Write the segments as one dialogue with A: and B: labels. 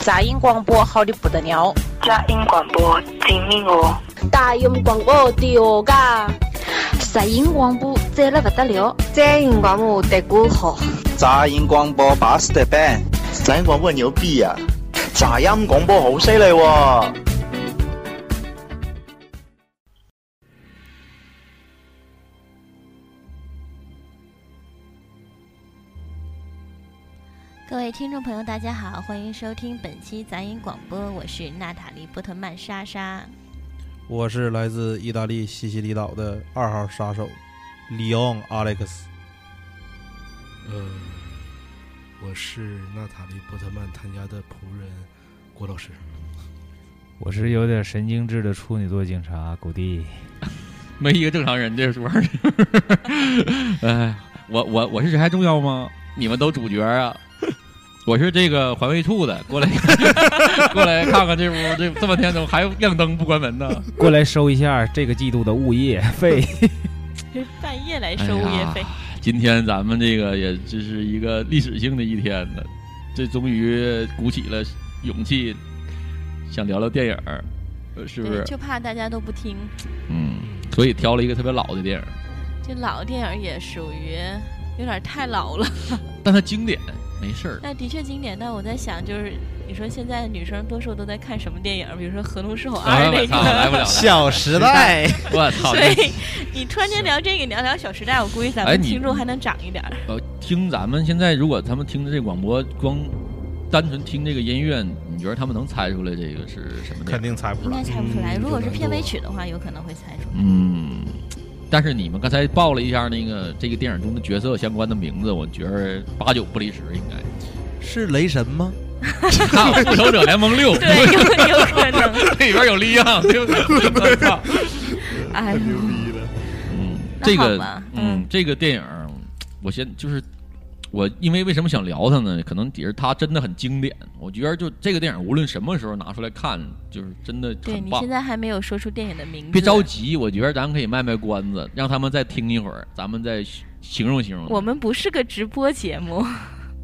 A: 杂音广播好的不得了，
B: 佳音广播精明哦，
C: 大音广播的哦嘎，
D: 杂音广播赞了不得了，
E: 杂音广播的歌好，
F: 杂音广播巴适的板，
G: 杂音广播牛逼啊，杂音广播好犀利喎！
H: 各位听众朋友，大家好，欢迎收听本期杂音广播，我是娜塔莉波特曼莎莎。
I: 我是来自意大利西西里岛的二号杀手里昂阿莱克斯。
J: 呃，我是娜塔莉波特曼他家的仆人郭老师。
K: 我是有点神经质的处女座警察狗弟。
L: 没一个正常人，这主要是。哎，我我我是谁还重要吗？你们都主角啊！ 我是这个环卫处的，过来 过来看看这屋，这这半天怎么还亮灯不关门呢？
K: 过来收一下这个季度的物业 费。
H: 半夜来收物业费、哎。
L: 今天咱们这个也这是一个历史性的一天呢，这终于鼓起了勇气，想聊聊电影儿，是不是？
H: 就怕大家都不听。
L: 嗯，所以挑了一个特别老的电影。
H: 这老电影也属于有点太老了，
L: 但它经典。没事儿，
H: 那的确经典。但我在想，就是你说现在女生多数都在看什么电影？比如说《合同是否二》那个，
L: 哎来 不了，《
I: 小时代》。
L: 我操！
H: 所以你突然间聊这个，聊聊《小时代》，我估计咱们听众还能长一点。
L: 呃，听咱们现在，如果他们听着这广播，光单纯听这个音乐，你觉得他们能猜出来这个是什么？
I: 肯定猜不嗯
H: 出来，应该猜不出来。如果是片尾曲的话，有可能会猜出来。
L: 嗯，但是你们刚才报了一下那个这个电影中的角色相关的名字，我觉得八九不离十，应该。
I: 是雷神吗？
L: 复仇者联盟六，
H: 对，有有可能
L: 里边有利昂，对不对？
H: 哎，
J: 牛逼了！
L: 嗯，这个，
H: 嗯，
L: 这个电影，我先就是我，因为为什么想聊它呢？可能也是它真的很经典。我觉得就这个电影，无论什么时候拿出来看，就是真的
H: 对你现在还没有说出电影的名字，
L: 别着急，我觉得咱们可以卖卖关子，让他们再听一会儿，咱们再形容形容。
H: 我们不是个直播节目。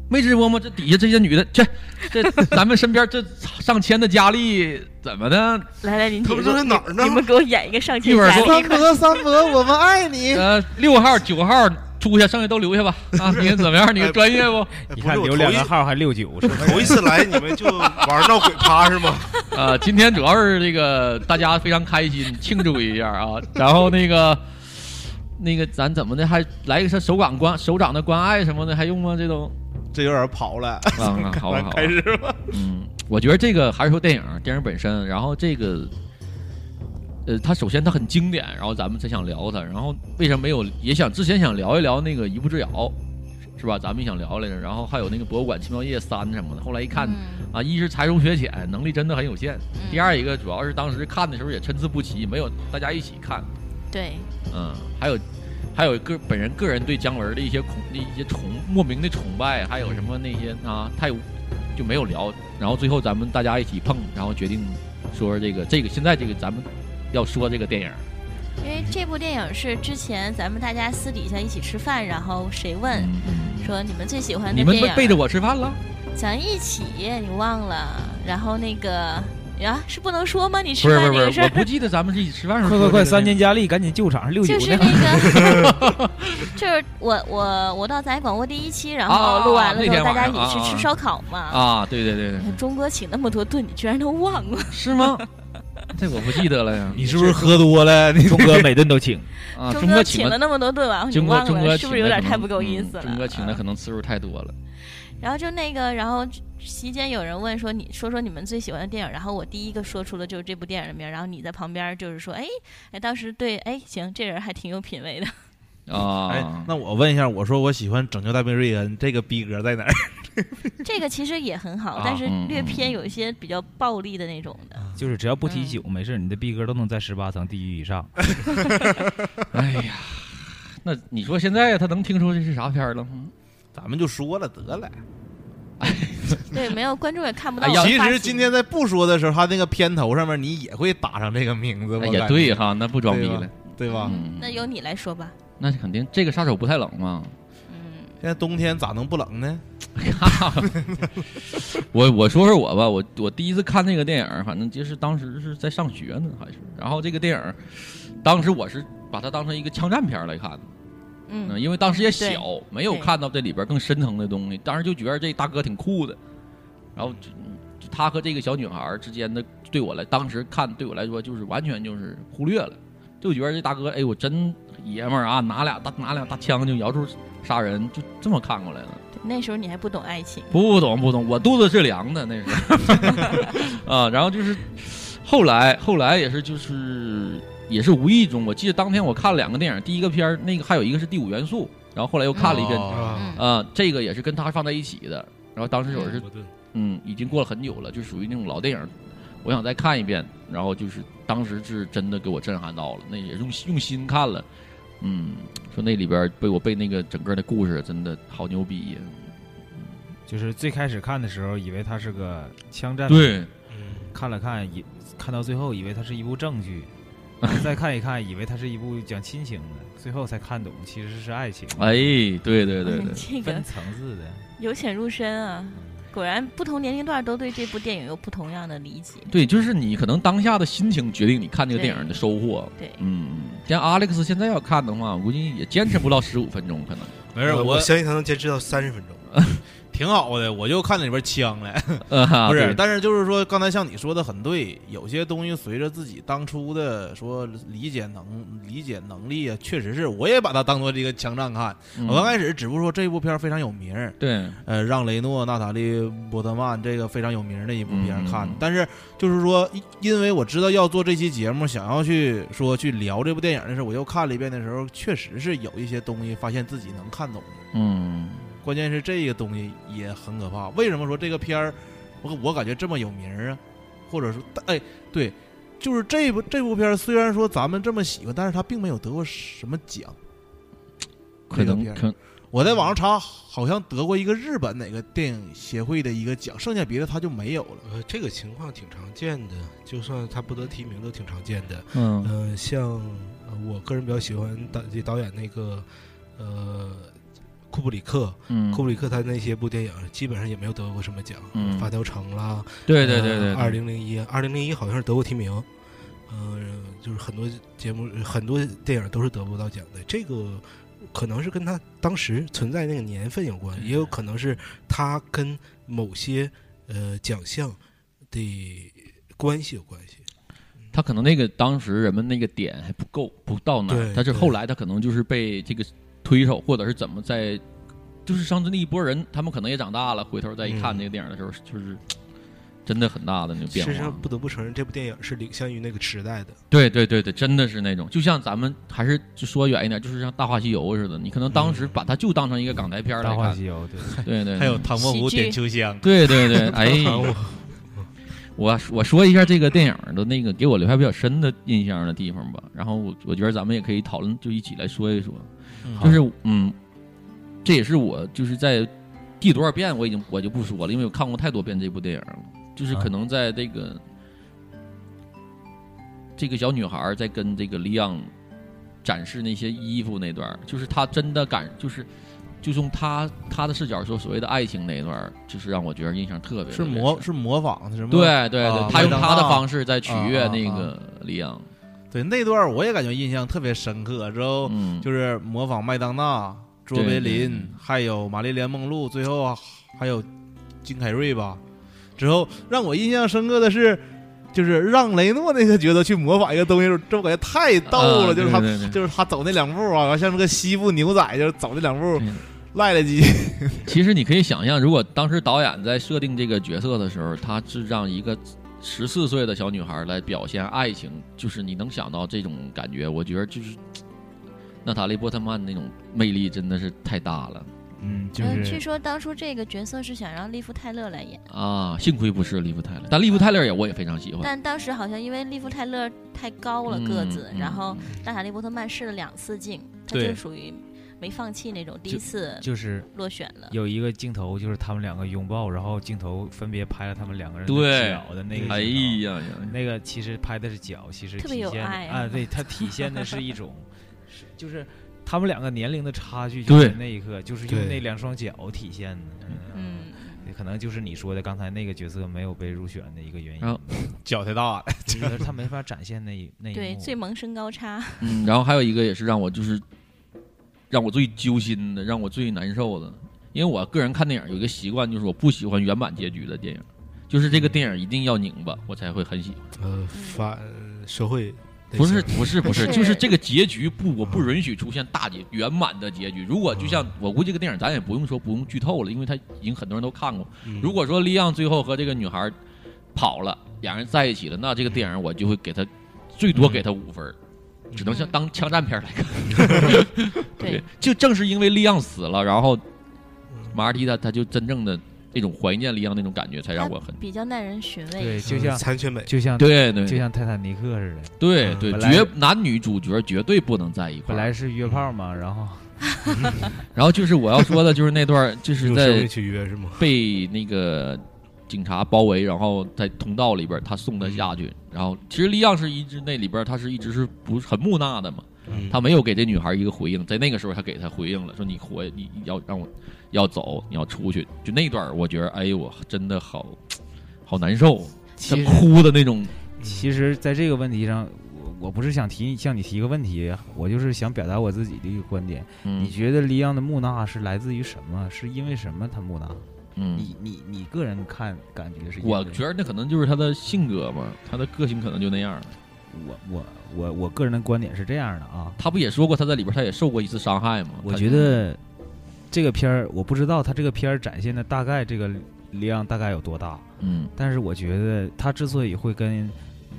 L: 没直播吗？这底下这些女的，这这 咱们身边这上千的佳丽怎么的？
H: 来来，您
J: 他们这是哪儿呢？
H: 你们给我演一个上千
L: 佳丽。
I: 三伯三伯，我们爱你。
L: 呃，六号九号出去，剩下都留下吧。啊，你们怎么样？你们专业不？
I: 哎
H: 哎
K: 你看留两个号还六九是吧？
J: 头一次来你们就玩闹鬼趴是吗？
L: 啊，今天主要是这个大家非常开心，庆祝一下啊。然后那个。那个咱怎么的还来一个手感关手掌的关爱什么的还用吗？这都
I: 这有点跑了，
L: 啊，好吧，好
I: 开始吧。
L: 嗯，我觉得这个还是说电影，电影本身，然后这个，呃，它首先它很经典，然后咱们才想聊它，然后为什么没有也想之前想聊一聊那个《一步之遥》，是吧？咱们也想聊来着，然后还有那个《博物馆奇妙夜三》什么的，后来一看、嗯、啊，一是才疏学浅，能力真的很有限；
H: 嗯、
L: 第二一个主要是当时看的时候也参差不齐，没有大家一起看。
H: 对，
L: 嗯，还有，还有个本人个人对姜文的一些恐一些崇莫名的崇拜，还有什么那些啊，太就没有聊。然后最后咱们大家一起碰，然后决定说这个这个现在这个咱们要说这个电影，
H: 因为这部电影是之前咱们大家私底下一起吃饭，然后谁问、
L: 嗯、
H: 说你们最喜欢的
L: 你们背着我吃饭了，
H: 想一起你忘了，然后那个。呀、啊，是不能说吗？你吃
L: 不是
H: 饭
L: 不是不
H: 是，
L: 我不记得咱们是一起吃饭时候。
K: 快快快！三年佳丽，赶紧救场！六九
H: 就是那个， 就是我我我到咱广播第一期，然后录完了之后，大家一起去吃烧烤嘛。
L: 啊，对对对 对。
H: 钟哥请那么多顿，你居然都忘了？
L: 是吗？ 这我不记得了呀。
I: 你是不是喝多
H: 哎
I: 了？
K: 钟哥每顿都请。
L: 啊，
H: 钟
L: 哥
H: 请哦了那么多顿完，
L: 钟哥钟哥
H: 是不是有点太不够意思了？
L: 钟哥嗯请的可能次数太多了。
H: 然后就那个，然后期间有人问说你说说你们最喜欢的电影，然后我第一个说出了就是这部电影的名，然后你在旁边就是说，哎哎，当时对，哎行，这人还挺有品位的
L: 啊、哦
I: 哎。那我问一下，我说我喜欢《拯救大兵瑞恩》，这个逼格在哪儿？
H: 这个其实也很 好，但是略偏有一些比较暴力的那种的，
K: 啊嗯、就是只要不提酒，嗯、没事，你的逼格都能在十八层地狱以上。
L: 哎呀，那你说现在他能听出这是啥片了吗？
I: 咱们就说了得了，
H: 对，没有观众也看不到。
I: 其实今天在不说的时候，他那个片头上面你也会打上这个名
H: 哎
I: 字。
L: 也哎对哈，那不装逼了，
H: 啊
I: 对吧？
H: 嗯那由你来说吧。
L: 那肯定，这个杀手不太冷嘛。
H: 嗯，
I: 现在冬天咋能不冷呢？
L: 我我说说我吧，我我第一次看那个电影，反正就是当时是在上学呢，还是然后这个电影，当时我是把它当成一个枪战片儿来看的，
H: 嗯，
L: 因为当时也
H: 对
L: 小，没有
H: 对
L: 看到这里边更深层的东西，当时就觉得这大哥挺酷的，然后就就他和这个小女孩儿之间的，对我来当时看对我来说就是完全就是忽略了，就觉得这大哥哎我真爷们儿啊，拿俩大拿俩大枪就摇出杀人，就这么看过来的。
H: 那时候你还不懂爱情，
L: 不懂不懂，我肚子是 凉的那是，啊，然后就是后来后来也是就是也是无意中，我记得当天我看了两个电影，第一个片儿那个还有一个是《第五元素》，然后后来又看了一遍，
J: 哦
H: 嗯
L: 啊、这个也是跟他放在一起的，然后当时我是嗯已经过了很久了，就属于那种老电影，我想再看一遍，然后就是当时是真的给我震撼到了，那也用用心看了，嗯，说那里边儿被我被那个整个的故事真的好牛逼呀，
K: 就是最开始看的时候，以为它是个枪战，
L: 对，
I: 嗯
K: 看了看，以看到最后以为它是一部 正剧，然后再看一看，以为它是一部讲亲情的，最后才看懂其实是爱 情。
L: 哎，对对对对，
H: 这个
K: 分层次的，
H: 由浅入深啊，果然不同年龄段都对这部电影有不同样的理解。
L: 对，就是你可能当下的心情决定你看这个电影的收获。
H: 对，
L: 嗯，像 Alex 现在要看的话，我估计也坚持不到十五分钟，可能。
I: 没事，
J: 我相
I: 呃信他能坚持到三十分钟， 挺好的。我就看里边枪了，
L: 啊
I: 不是
L: 对，
I: 但是就是说，刚才像你说的很对，有些东西随着自己当初的说理解能理解能力啊，确实是，我也把它当做这个枪战看。
L: 嗯
I: 我刚开始只不过说这部片儿非常有名儿，
L: 对，
I: 呃，让雷诺、娜塔莉·波特曼这个非常有名儿的一部片儿看
L: 嗯嗯嗯，
I: 但是就是说，因因为我知道要做这期节目，想要去说去聊这部电影的时候，我又看了一遍的时候，确实是有一些东西发现自己能看懂的。
L: 嗯，
I: 关键是这个东西也很可怕。为什么说这个片儿，我我感觉这么有名儿啊？或者说，哎，对，就是这部这部片儿虽然说咱们这么喜欢，但是它并没有得过什么奖。
L: 可
I: 这个
L: 能
I: 片儿
L: 可能
I: 我在网上查，好像得过一个日本哪个电影协会的一个奖，剩下别的他就没有了。
J: 呃，这个情况挺常见的，就算他不得提名都挺常见的。
L: 嗯
J: 呃像呃我个人比较喜欢导导演那个呃库布里克，
L: 嗯
J: 库布里克他那些部电影基本上也没有得过什么奖，
L: 嗯
J: 发条城》啦，
L: 对对对对对
J: 呃二零零一，二零零一好像是得过提名，嗯、就是很多节目很多电影都是得不到奖的，这个。可能是跟他当时存在那个年份有关，也有可能是他跟某些呃奖项的关系有关系。
L: 他可能那个当时人们那个点还不够，不到那儿
J: 对，
L: 但是
J: 对
L: 后来他可能就是被这个推手或者是怎么在，就是上次那一波人，他们可能也长大了，回头再一看
J: 嗯
L: 这个电影的时候，就是真的很大的那个变
J: 事实
L: 化
J: 上。不得不承认，这部电影是领先于那个时代的。
L: 对对对对，真的是那种，就像咱们还是就说远一点，就是像《大话西游》似的，你可能当
I: 嗯
L: 时把它就当成一个港台片儿来
K: 大
L: 看。
K: 话西游对
L: 对对，
I: 还有唐伯虎点秋香
L: 对对对，哎
I: 唐伯虎，
L: 我我说一下这个电影的那个给我留下比较深的印象的地方吧，然后我我觉得咱们也可以讨论，就一起来说一说，
I: 嗯
L: 就是嗯，这也是我就是在第多少遍我已经我就不说了，因为我看过太多遍这部电影了，就是
I: 啊
L: 可能在这个、这个小女孩儿在跟这个李昂展示那些衣服那段儿，就是她真的感，就是就从她她的视角说所谓的爱情那一段儿，就是让我觉得印象特别
I: 是
L: 特别
I: 模是模仿的什么？
L: 对对对，
I: 啊
L: 他
I: 麦
L: 用
I: 当
L: 他的
I: 娜
L: 方式在取悦
I: 啊啊
L: 那
I: 啊
L: 个李昂。
I: 对那段我也感觉印象特别深刻，之后哦就是模仿麦当娜、卓别
L: 嗯对对嗯
I: 林，还有玛丽莲梦露，最后还有金凯瑞吧。之后让我印象深刻的是，就是让雷诺那个角色去模仿一个东西的时候，这我感觉太逗了，
L: 啊
I: 就是他
L: 对对对
I: 就是他走那两步啊，完像那个西部牛仔，就是走那两步，赖了 唧。
L: 其实你可以想象，如果当时导演在设定这个角色的时候，他是让一个十四岁的小女孩来表现爱情，就是你能想到这种感觉，我觉得就是娜塔莉波特曼那种魅力真的是太大了
K: 嗯，
L: 就
H: 嗯，据说当初这个角色是想让利夫泰勒来演，
L: 啊，幸亏不是利夫泰勒，但利夫泰勒也我也非常喜欢。
H: 但当时好像因为利夫泰勒太高了个子，
L: 嗯嗯
H: 然后娜塔莉波特曼试了两次镜，她
K: 对
H: 就属于没放弃那种，第一次
K: 就是
H: 落选了。
K: 有一个镜头就是他们两个拥抱，然后镜头分别拍了他们两个人的
L: 对
K: 脚的那个镜头。
L: 哎呀呀
K: 那个其实拍的是脚，其实
H: 特别
K: 体
H: 有
K: 现
H: 爱啊
K: 啊，对，它体现的是一种，是就是他们两个年龄的差距，
L: 对
K: 那一刻就是用
J: 对
K: 那两双脚体现的，
H: 嗯，
K: 可能就是你说的刚才那个角色没有被入选的一个原因
L: 然后，
K: 脚 太大了，就是他没法展现那一那一
H: 对，
K: 幕
H: 最萌身高差，
L: 嗯，然后还有一个也是让我就是让我最揪心的，让我最难受的，因为我个人看电影有一个习惯，就是我不喜欢原版结局的电影，就是这个电影一定要拧巴，我才会很喜欢。
J: 呃，法社会
L: 嗯
J: 类型
L: 不是不是不是，
J: 是
L: 就是这个结局不，我不允许出现大结圆满的结局。如果就像我估计这个电影，咱也不用说不用剧透了，因为他已经很多人都看过。
J: 嗯
L: 如果说利昂最后和这个女孩跑了，俩人在一起了，那这个电影我就会给他最多给他五分儿，
K: 嗯
L: 只能像当枪战片儿来 看。
H: 对，
L: 就正是因为利昂死了，然后马尔蒂他他就真正的那种怀念利昂那种感觉，才让我很
H: 比较耐人寻味。
K: 对，就
J: 呃
K: 像
J: 残缺美
K: 就像
L: 嗯对对
K: 就像泰坦尼克似的，
L: 对
J: 嗯
L: 对
K: 本来
L: 绝男女主角绝对不能在一块
K: 本
L: 儿。
K: 来是约炮嘛，然后
L: 然后就是我要说的，就是那段儿，就是
J: 用生
L: 在
J: 命去约是吗？
L: 被那个警察包围，然后在通道里边儿，他送他下去。然后其实利昂是一直那里边儿，他是一直是不是很木讷的嘛，
J: 嗯
L: 他没有给这女孩一个回应。在那个时候，他给她回应了，说你活，你你要让我要走，你要出去。就那段儿，我觉得，哎呦，我真的好好难受，他
K: 其实
L: 哭的那种。
K: 其实在这个问题上，我我不是想提向你提一个问题，我就是想表达我自己的一个观点。
L: 嗯
K: 你觉得李昂的木讷是来自于什么？是因为什么他木讷？
L: 嗯，
K: 你你你个人看感觉是因为？
L: 我觉得那可能就是他的性格嘛，他的个性可能就那样儿。
K: 我我我我个人的观点是这样的啊，
L: 他不也说过他在里边儿他也受过一次伤害吗？
K: 我
L: 他
K: 觉得这个片儿，我不知道他这个片儿展现的大概这个李昂大概有多大，
L: 嗯
K: 但是我觉得他之所以会跟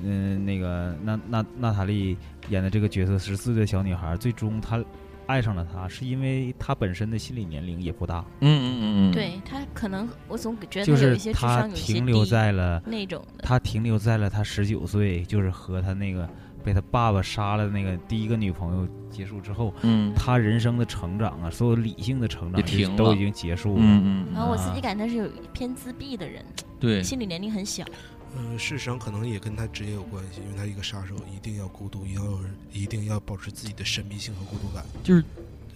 K: 嗯、那个娜娜娜塔莉演的这个角色十四岁的小女孩，最终她爱上了他，是因为她本身的心理年龄也不大，
L: 嗯嗯嗯嗯，
H: 对他可能我总觉得
K: 就
H: 他有
K: 是
H: 一些智
K: 她
H: 商有一些
K: 停留
H: 低
K: 在了
H: 那种的，
K: 她停留在了她十九岁，就是和她那个被她爸爸杀了那个第一个女朋友结束之后，
L: 嗯
K: 她人生的成长啊，所有理性的成长
L: 也停
K: 就
L: 了
K: 都已经结束了。
L: 嗯嗯
H: 然后我自己感觉他是有偏自闭的人，
L: 对，
H: 心理年龄很小。
J: 嗯，事实上可能也跟他职业有关系，因为他一个杀手一定要孤独，一定要有人一定要保持自己的神秘性和孤独感，
L: 就是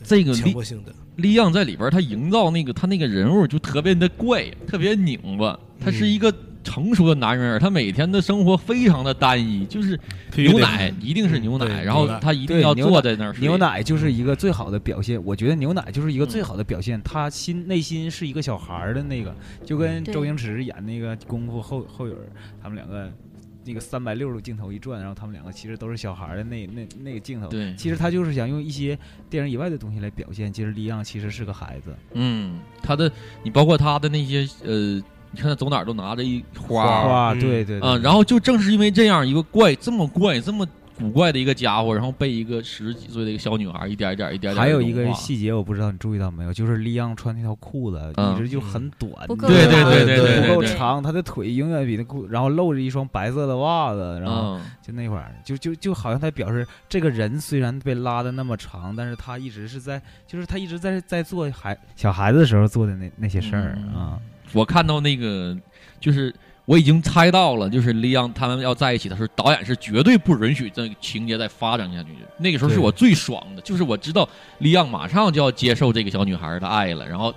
L: 这个
J: 强
L: 利
J: 迫性的。
L: 利昂在里边儿，他营造那个他那个人物就特别的怪，特别拧巴。他是一
K: 嗯
L: 个成熟的男人，他每天的生活非常的单一，就是牛奶一定是牛
J: 嗯
L: 奶，
J: 对
L: 然后
J: 牛奶
L: 他一定要
K: 对牛奶
L: 坐在那儿睡
K: 牛奶
L: 嗯
K: 就是一个最好的表现，我觉得牛奶就是一个最好的表现。他心内心是一个小孩儿的那个，就跟
H: 嗯对
K: 周星驰演那个《功夫后后影》，他们两个那个三百六十度镜头一转，然后他们两个其实都是小孩儿的那那那个镜头。
L: 对
K: 其实他就是想用一些电影以外的东西来表现，其实利昂其实是个孩子，
L: 嗯，他的你包括他的那些呃，你看他走哪儿都拿着一花儿
K: 花，
J: 嗯
K: 对对
L: 啊、然后就正是因为这样一个怪，这么怪，这么古怪的一个家伙，然后被一个十几岁的一个小女孩一点儿一点儿一点儿一点儿
K: 还有一
L: 融
K: 个
L: 化
K: 细节，我不知道你注意到没有，就是利昂穿那条裤子
L: 嗯
K: 一直就很短，
H: 不够
L: 对
H: 长
L: 对对对
K: 不够
L: 对
K: 长，他的腿永远比那裤，然后露着一双白色的袜子，然后
L: 嗯
K: 就那会儿，就就就好像他表示，这个人虽然被拉的那么长，但是他一直是在，就是他一直在在做孩小孩子的时候做的那那些事儿
L: 嗯
K: 啊，
L: 我看到那个，就是我已经猜到了，就是利昂他们要在一起的时候，导演是绝对不允许这个情节再发展下去的。那个时候是我最爽的，就是我知道利昂马上就要接受这个小女孩的爱了，然后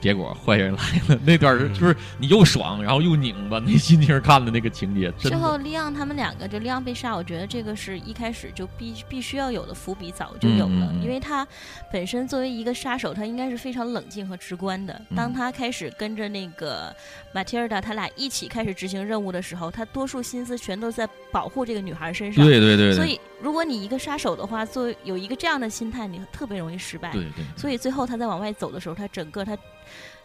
L: 结果坏人来了，那段儿
J: 嗯
L: 就是你又爽，然后又拧巴，那心情看的那个情节，真
H: 之后
L: 的，
H: 利昂他们两个就利昂被杀，我觉得这个是一开始就必必须要有的伏笔，早就有了，
L: 嗯嗯嗯
H: 因为他本身作为一个杀手，他应该是非常冷静和直观的。
L: 嗯
H: 当他开始跟着那个马蒂尔达他俩一起开始执行任务的时候，他多数心思全都在保护这个女孩身上。
L: 对对
H: 所以，如果你一个杀手的话，作为有一个这样的心态，你特别容易失败。
L: 对对，
H: 所以最后他在往外走的时候，他整个他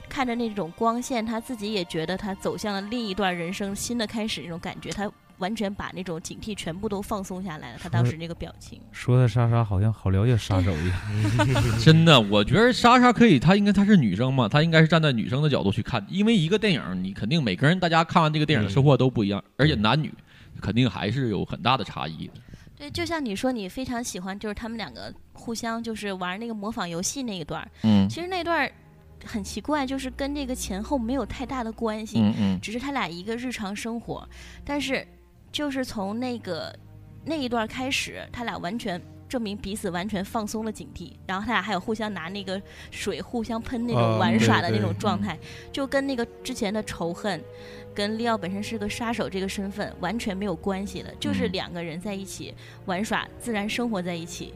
H: 看着那种光线，他自己也觉得他走向了另一段人生新的开始那种感觉，他完全把那种警惕全部都放松下来了。他当时那个表情，
K: 说的莎莎好像好了解杀手一样，
L: 真的，我觉得莎莎可以，她应该她是女生嘛，她应该是站在女生的角度去看，因为一个电影，你肯定每个人大家看完这个电影的收获都不一样，而且男女肯定还是有很大的差异的。
H: 对，就像你说，你非常喜欢就是他们两个互相就是玩那个模仿游戏那一段儿，
L: 嗯
H: 其实那段儿很奇怪，就是跟这个前后没有太大的关系。
L: 嗯嗯
H: 只是他俩一个日常生活，但是就是从那个那一段开始，他俩完全证明彼此完全放松了警惕。然后他俩还有互相拿那个水互相喷那种
M: 啊
H: 玩耍的
M: 对
H: 那种
M: 对
H: 状态，就跟那个之前的仇恨，跟利奥本身是个杀手这个身份完全没有关系的，就是
M: 嗯
H: 两个人在一起玩耍，自然生活在一起。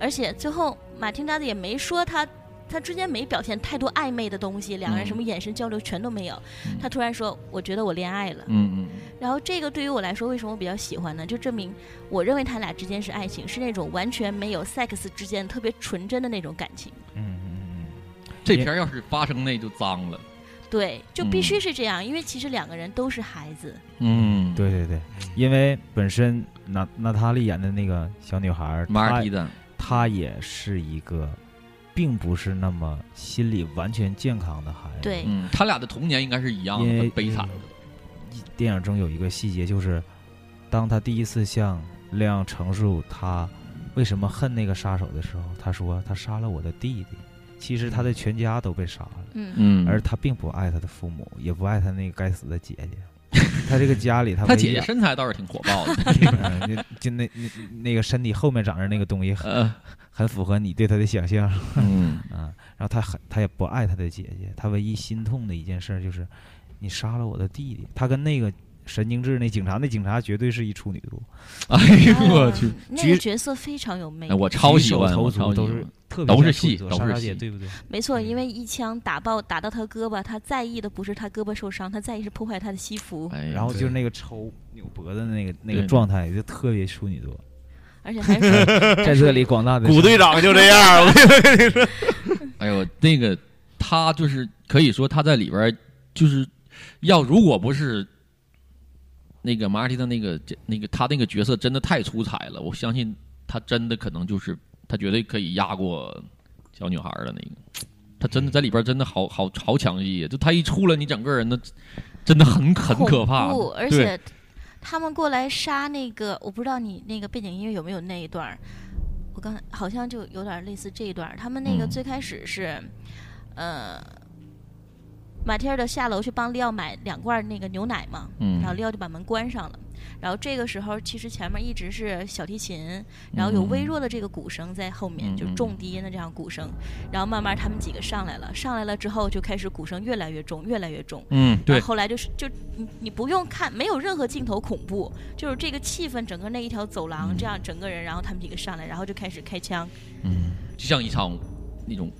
H: 而且最后马汀达的也没说他。他之间没表现太多暧昧的东西，两个人什么眼神交流全都没有。他突然说：“我觉得我恋爱了。”
L: 嗯
H: 然后这个对于我来说，为什么我比较喜欢呢？就证明我认为他俩之间是爱情，是那种完全没有 sex 之间特别纯真的那种感情。
L: 嗯，这片儿要是发生那就脏了。
H: 对，就必须是这样，因为其实两个人都是孩子。
L: 嗯，
K: 对对对，因为本身娜娜塔莉演的那个小女孩儿
L: 马尔
K: 她
L: 蒂的
K: 她也是一个，并不是那么心理完全健康的孩子。
H: 对
L: 嗯，他俩的童年应该是一样的，
K: 因为
L: 很悲惨的。
K: 电影中有一个细节，就是当他第一次向亮陈述他为什么恨那个杀手的时候，他说他杀了我的弟弟。其实他的全家都被杀了，
H: 嗯
M: 嗯
K: 而他并不爱他的父母，也不爱他那个该死的姐 姐。他这个家里他，
L: 他姐姐身材倒是挺火爆 的
K: 嗯就就那那那个身体后面长着那个东西很，
L: 呃
K: 很符合你对他的想象。
L: 嗯
K: 啊，然后他很他也不爱他的姐姐，他唯一心痛的一件事儿就是，你杀了我的弟弟。他跟那个神经质那警察，那警察绝对是一处女座。
L: 哎呦我去
H: 那个角色非常有魅力。
L: 哎我超喜欢
K: 举手投
L: 我超
K: 足
L: 喜欢
K: 都是特别
L: 都是
K: 像处女
L: 戏
K: 座
L: 都
K: 莎
L: 是
K: 莎姐
L: 戏
K: 对不对？
H: 没
L: 嗯
H: 错，因为一枪打爆打到他胳膊，他在意的不是他胳膊受伤，他在意是破坏他的西服，
L: 哎
K: 然后就是那个抽扭脖子的那个那
L: 嗯
K: 个
L: 对
K: 状态，就特别处女座。
H: 而且还是
K: 在这里广大的
I: 古队长就这样，我跟你说，
L: 哎呦，那个他就是可以说他在里边儿就是要，如果不是那个马尔蒂的那个那个他那个角色真的太出彩了，我相信他真的可能就是他绝对可以压过小女孩儿的那个。他
H: 嗯
L: 真的在里边儿真的好好好强烈，就他一出来，你整个人的真的很很可怕
H: 恐怖，，而
L: 对
H: 且他们过来杀那个，我不知道你那个背景音乐有没有那一段儿。我刚才好像就有点类似这一段儿，他们那个
M: 嗯
H: 最开始是，呃，马蒂尔德下楼去帮利奥买两罐儿那个牛奶嘛，
M: 嗯
H: 然后利奥就把门关上了。然后这个时候，其实前面一直是小提琴，然后有微弱的这个鼓声在后面，
M: 嗯
H: 就是重低音的这样鼓声。然后慢慢他们几个上来了，上来了之后就开始鼓声越来越重，越来越重。
M: 嗯
H: 然
M: 对
H: 后后来就是就你你不用看，没有任何镜头恐怖，就是这个气氛，整个那一条走
L: 嗯
H: 廊这样整个人，然后他们几个上来，然后就开始开枪。
L: 嗯就像一场那种，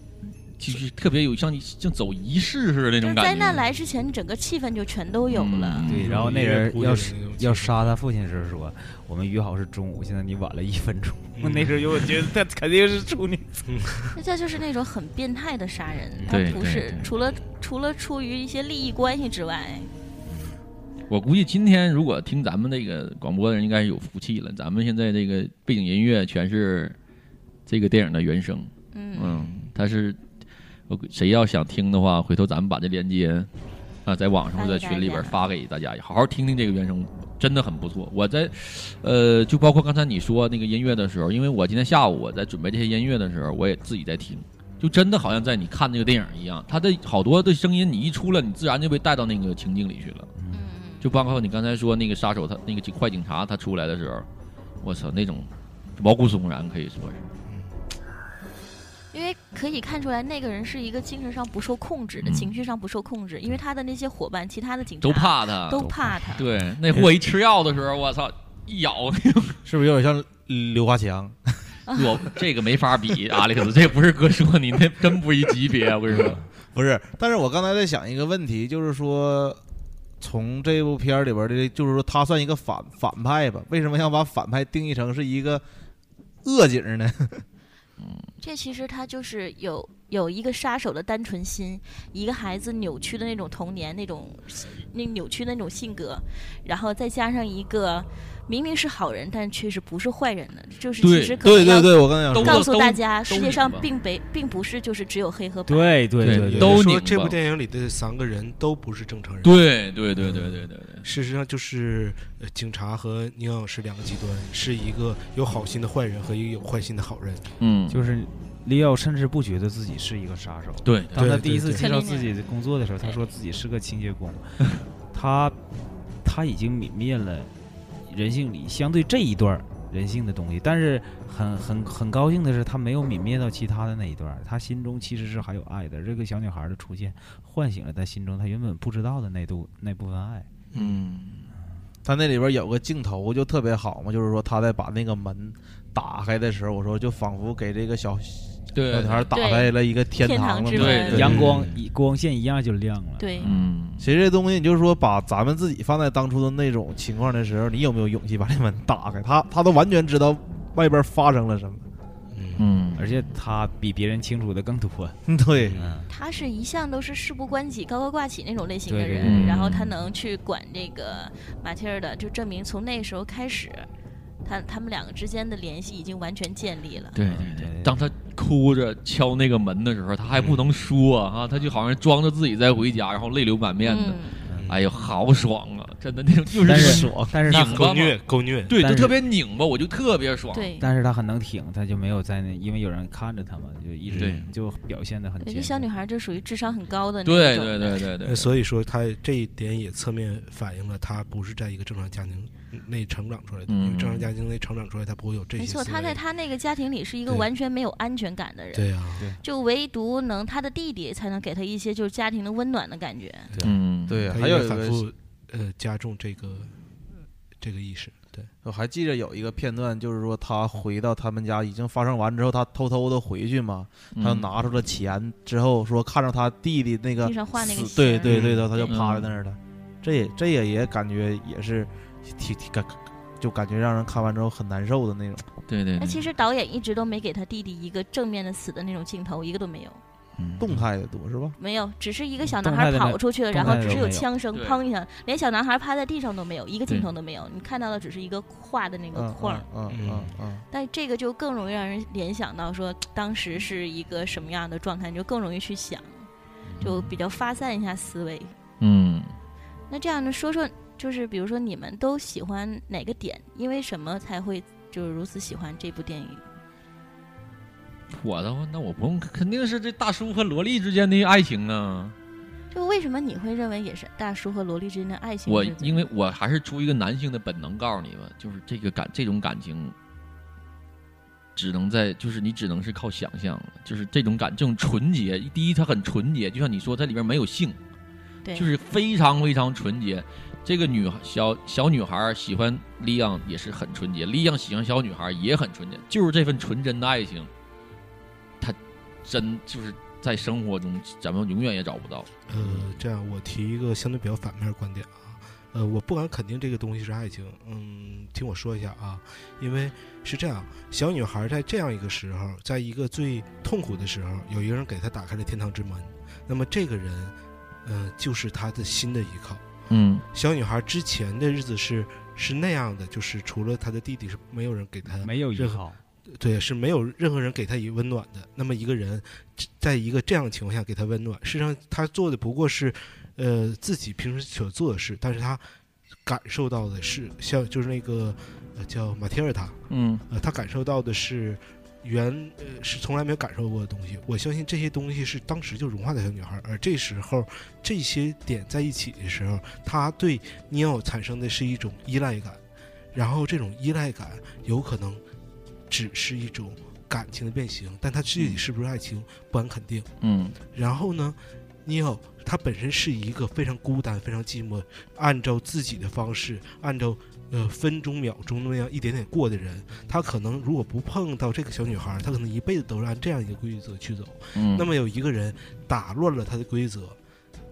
L: 其实特别有像像走仪式似的
H: 就
L: 那种
H: 是
L: 感觉。嗯
H: 灾难来之前，整个气氛就全都有了。
K: 对，然后那
L: 音乐
K: 人
L: 铺
K: 要
L: 垫
K: 是
L: 的那种
K: 要杀他父亲的时候说，我们约好是中午，现在你晚了一分 钟。那时候我觉得他肯定是处女座。
H: 那这就是那种很变态的杀人，
L: 对
H: 而不
L: 对
H: 是
L: 对
H: 除了除了出于一些利益关系之外，
L: 我估计今天如果听咱们这个广播的人，应该是有福气了。咱们现在这个背景音乐全是这个电影的原声，
H: 嗯
L: 它是我谁要想听的话，回头咱们把这链接啊，在网上或者在群里边发给大家，好好听听这个原声，真的很不错。我在呃，就包括刚才你说那个音乐的时候，因为我今天下午我在准备这些音乐的时候，我也自己在听。就真的好像在你看那个电影一样，它的好多的声音，你一出来，你自然就被带到那个情境里去了。就包括你刚才说那个杀手他，那个警坏警察他出来的时候，我操，那种毛骨悚然，可以说是。
H: 因为可以看出来那个人是一个精神上不受控制的，情绪上不受控制，因为他的那些伙伴，其他的警察
L: 嗯都怕他，
H: 都怕他。
L: 对，那货一吃药的时候，我操，一咬，
I: 是不是有点像刘华强？
L: 我这个没法比，阿里克斯，这不是哥说你那真不一级别，我跟你说。
I: 不是，但是我刚才在想一个问题，就是说，从这部片儿里边儿的，就是说他算一个反反派吧？为什么要把反派定义成是一个恶警 呢？
H: 这其实他就是有有一个杀手的单纯心，一个孩子扭曲的那种童年，那种那扭曲的那种性格，然后再加上一个明明是好人，但却是不是坏人的，就是
I: 对
H: 其实可能
I: 对对
H: 要
I: 对我刚才想说
H: 告诉大家，
J: 都都
H: 世界上
J: 都
H: 并没并不是就是只有黑和白。
K: 对对
J: 对
K: 对
J: 也就是
K: 都
J: 说
K: 拧
J: 这
K: 巴
J: 部电影里的三个人都不是正常人。
L: 对对对对对对对。
J: 事实上就是呃警察和宁老师两个极端，是一个有好心的坏人和一个有坏心的好人。
L: 嗯，
K: 就是利奥甚至不觉得自己是一个杀手。
L: 对
K: 当他
J: 对
K: 第一次
J: 对对
K: 介绍自己的工作的时候，他说自己是个清洁工，他他已经泯灭了人性里相对这一段儿人性的东西。但是很很很高兴的是，他没有泯灭到其他的那一段儿，他心中其实是还有爱的。这个小女孩儿的出现，唤醒了他心中他原本不知道的那度那部分爱。
I: 嗯，他那里边有个镜头就特别好嘛，就是说他在把那个门打开的时候，我说就仿佛给这个小
L: 对
I: 小女孩打开了一个天堂了嘛，对
K: 阳光一光线一样就亮了。
H: 对，
L: 嗯，
I: 其实这东西，你就是说把咱们自己放在当初的那种情况的时候，你有没有勇气把这门打开？他他都完全知道外边发生了什么。
L: 嗯，
K: 而且他比别人清楚的更多。
I: 嗯对，
H: 他是一向都是事不关己高高挂起那种类型的
K: 对对
H: 人，
K: 对
H: 然后他能去管这个马切尔的，就证明从那时候开始，他他们两个之间的联系已经完全建立了。
L: 对对 对，嗯当他哭着敲那个门的时候，他还不能说啊，他就好像装着自己在回家，然后泪流满面
H: 嗯
L: 的，哎呦，好爽啊！真的那种就是
K: 但是
L: 爽，
K: 但是
L: 拧巴嘛
J: 够虐够虐
L: 对，
K: 但
L: 就是特别拧巴，我就特别爽。
K: 但是他很能挺，他就没有在那，因为有人看着他嘛，就一直
L: 对
K: 就表现的很
H: 对，
K: 坚
H: 这小女孩就属于智商很高的那
L: 对
H: 种
L: 对
H: 的
L: 对对对
J: 呃所以说他这一点也侧面反映了他不是在一个正常家庭内成长出来的，
L: 嗯
J: 因为正常家庭内成长出来，他不会有这些
H: 没
J: 思
H: 错，
J: 维。
H: 他在他那个家庭里是一个
J: 对
H: 完全没有安全感的人。
J: 对啊对
H: 就唯独能他的弟弟才能给他一些就是家庭的温暖的感觉。
J: 对
L: 嗯
I: 对
J: 他
I: 还有
J: 应该
I: 一
J: 反
I: 个
J: 复呃加重这个呃这个意识。对，
I: 我还记着有一个片段，就是说他回到他们家已经发生完之后，他偷偷的回去嘛，
L: 嗯
I: 他拿出了钱之后，说看着他弟弟那个
H: 地上画那个
I: 死对
H: 形
I: 对对
L: 嗯
I: 的，他就
L: 嗯
I: 趴在那儿了。这也这也也感觉也是挺挺感，就感觉让人看完之后很难受的那种。
L: 对对
H: 那其实导演一直都没给他弟弟一个正面的死的那种镜头，一个都没有，
L: 嗯
I: 动态的多是吧？
H: 没有，只是一个小
I: 嗯动
H: 男
I: 态
H: 孩
I: 的
H: 跑
I: 没
H: 出去了，
I: 动
H: 然后
I: 态
H: 只
I: 的
H: 是
I: 没有
H: 枪声，
I: 对
H: 砰一下，连小男孩趴在地上都没有，一个镜
I: 对
H: 头都没有，你看到的只是一个画的那个
I: 嗯
H: 框儿。
I: 嗯嗯嗯
H: 但这个就更容易让人联想到说当
L: 嗯
H: 时是一个什么样的状态，你就更容易去想，就比较发散一下思维。
L: 嗯
H: 那这样呢，说说就是比如说你们都喜欢哪个点，因为什么才会就是如此喜欢这部电影？
L: 我的话，那我不用，肯定是这大叔和萝莉之间的爱情啊。
H: 就为什么你会认为也是大叔和萝莉之间的爱情？
L: 我因为我还是出于一个男性的本能告诉你们，就是这个感这种感情，只能在就是你只能是靠想象了，就是这种感这种纯洁。第一，它很纯洁，就像你说，它里边没有性，
H: 对
L: 就是非常非常纯洁。这个女孩小小女孩喜欢利昂也是很纯洁，利昂喜欢小女孩也很纯洁，就是这份纯真的爱情，它真就是在生活中咱们永远也找不到。
I: 嗯
J: 呃，这样我提一个相对比较反面的观点啊，呃，我不敢肯定这个东西是爱情，嗯，听我说一下啊，因为是这样，小女孩在这样一个时候，在一个最痛苦的时候，有一个人给她打开了天堂之门，那么这个人，呃，就是她的新的依靠。
L: 嗯
J: 小女孩之前的日子是是那样的，就是除了她的弟弟是没有人给她
K: 嗯没有依
J: 任何
K: 靠，
J: 对，是没有任何人给她以温暖的。那么一个人，在一个这样的情况下给她温暖，事实上她做的不过是，呃，自己平时所做的事，但是她感受到的是像就是那个、呃叫马蒂尔塔，
L: 嗯
J: 呃，他感受到的是原呃是从来没有感受过的东西。我相信这些东西是当时就融化在小女孩儿，而这时候这些点在一起的时候，她对尼奥产生的是一种依赖感，然后这种依赖感有可能只是一种感情的变形，但它具体是不是爱情不敢肯定。
L: 嗯
J: 然后呢，尼奥他本身是一个非常孤单、非常寂寞，按照自己的方式，按照呃分钟秒钟那样一点点过的人。他可能如果不碰到这个小女孩儿，他可能一辈子都是按这样一个规则去走。
L: 嗯
J: 那么有一个人打乱了他的规则，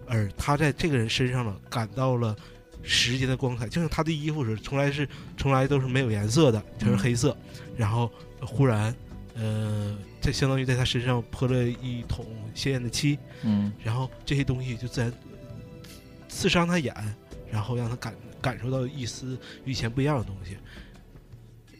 J: 而他在这个人身上呢，感到了。时间的光彩，就像他的衣服是从来是从来都是没有颜色的，全是黑色。然后忽然，呃，这相当于在他身上泼了一桶鲜艳的漆，
L: 嗯
J: 然后这些东西就自然刺伤他眼，然后让他感感受到一丝与以前不一样的东西。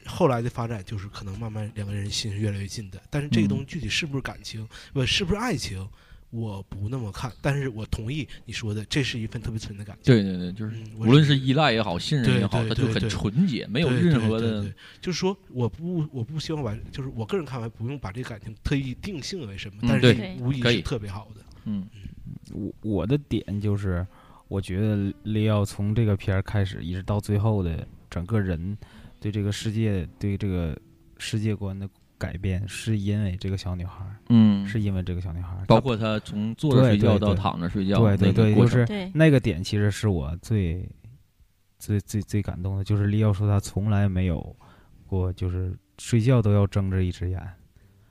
J: 后来的发展就是可能慢慢两个人心是越来越近的，但是这个东西具体是不是感情，不、是不是爱情，我不那么看。但是我同意你说的，这是一份特别纯的感情。
L: 对对对，就是
K: 嗯
J: 我
L: 无论是依赖也好，信任
J: 对
L: 也好，
J: 对
L: 它
J: 对
L: 就很
J: 对
L: 纯洁，没有
J: 对
L: 任
J: 对
L: 何
J: 对
L: 的
J: 对就是说，我不，我不希望把，就是我个人看完不用把这个感情特意定性为什么，
K: 嗯
J: 但
K: 对
J: 是无疑
K: 可
J: 是
K: 以
J: 特别好的。
L: 嗯，
K: 我我的点就是，我觉得利奥从这个片儿开始一直到最后的整个人对这个世界、对这个世界观的改变，是因为这个小女孩儿，
L: 嗯
K: 是因为这个小女孩儿，
L: 包括她从坐着
K: 对
L: 睡觉
K: 对
L: 到
K: 对
L: 躺着睡觉
K: 对
L: 那
K: 对
L: 个
K: 对，
L: 过
K: 就
L: 程
K: 是
H: 对
K: 那个点，其实是我最最最最感动的，就是利奥说他从来没有过，就是睡觉都要睁着一只眼，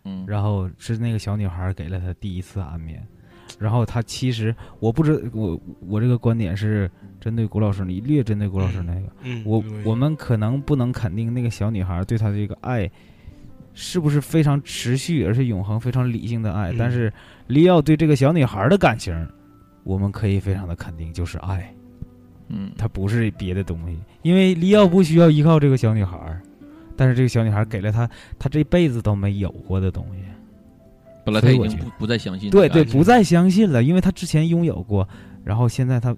L: 嗯，
K: 然后是那个小女孩儿给了他第一次安眠，然后他其实我不知我我这个观点是针对谷老师，你略针对谷老师那个，
J: 嗯嗯
K: 我
J: 对
K: 我们可能不能肯定那个小女孩对他这个爱是不是非常持续而且永恒、非常理性的爱，
J: 嗯
K: 但是利奥对这个小女孩的感情，我们可以非常的肯定就是爱，
L: 嗯，
K: 它不是别的东西，因为利奥不需要依靠这个小女孩儿。但是这个小女孩给了他，他这辈子都没有过的东西。
L: 本来
K: 所
L: 她
K: 以
L: 已
K: 我
L: 经
K: 觉
L: 不
K: 得
L: 不再相信这
K: 对
L: 个
K: 对，
L: 爱情，
K: 不再相信了，因为他之前拥有过，然后现在他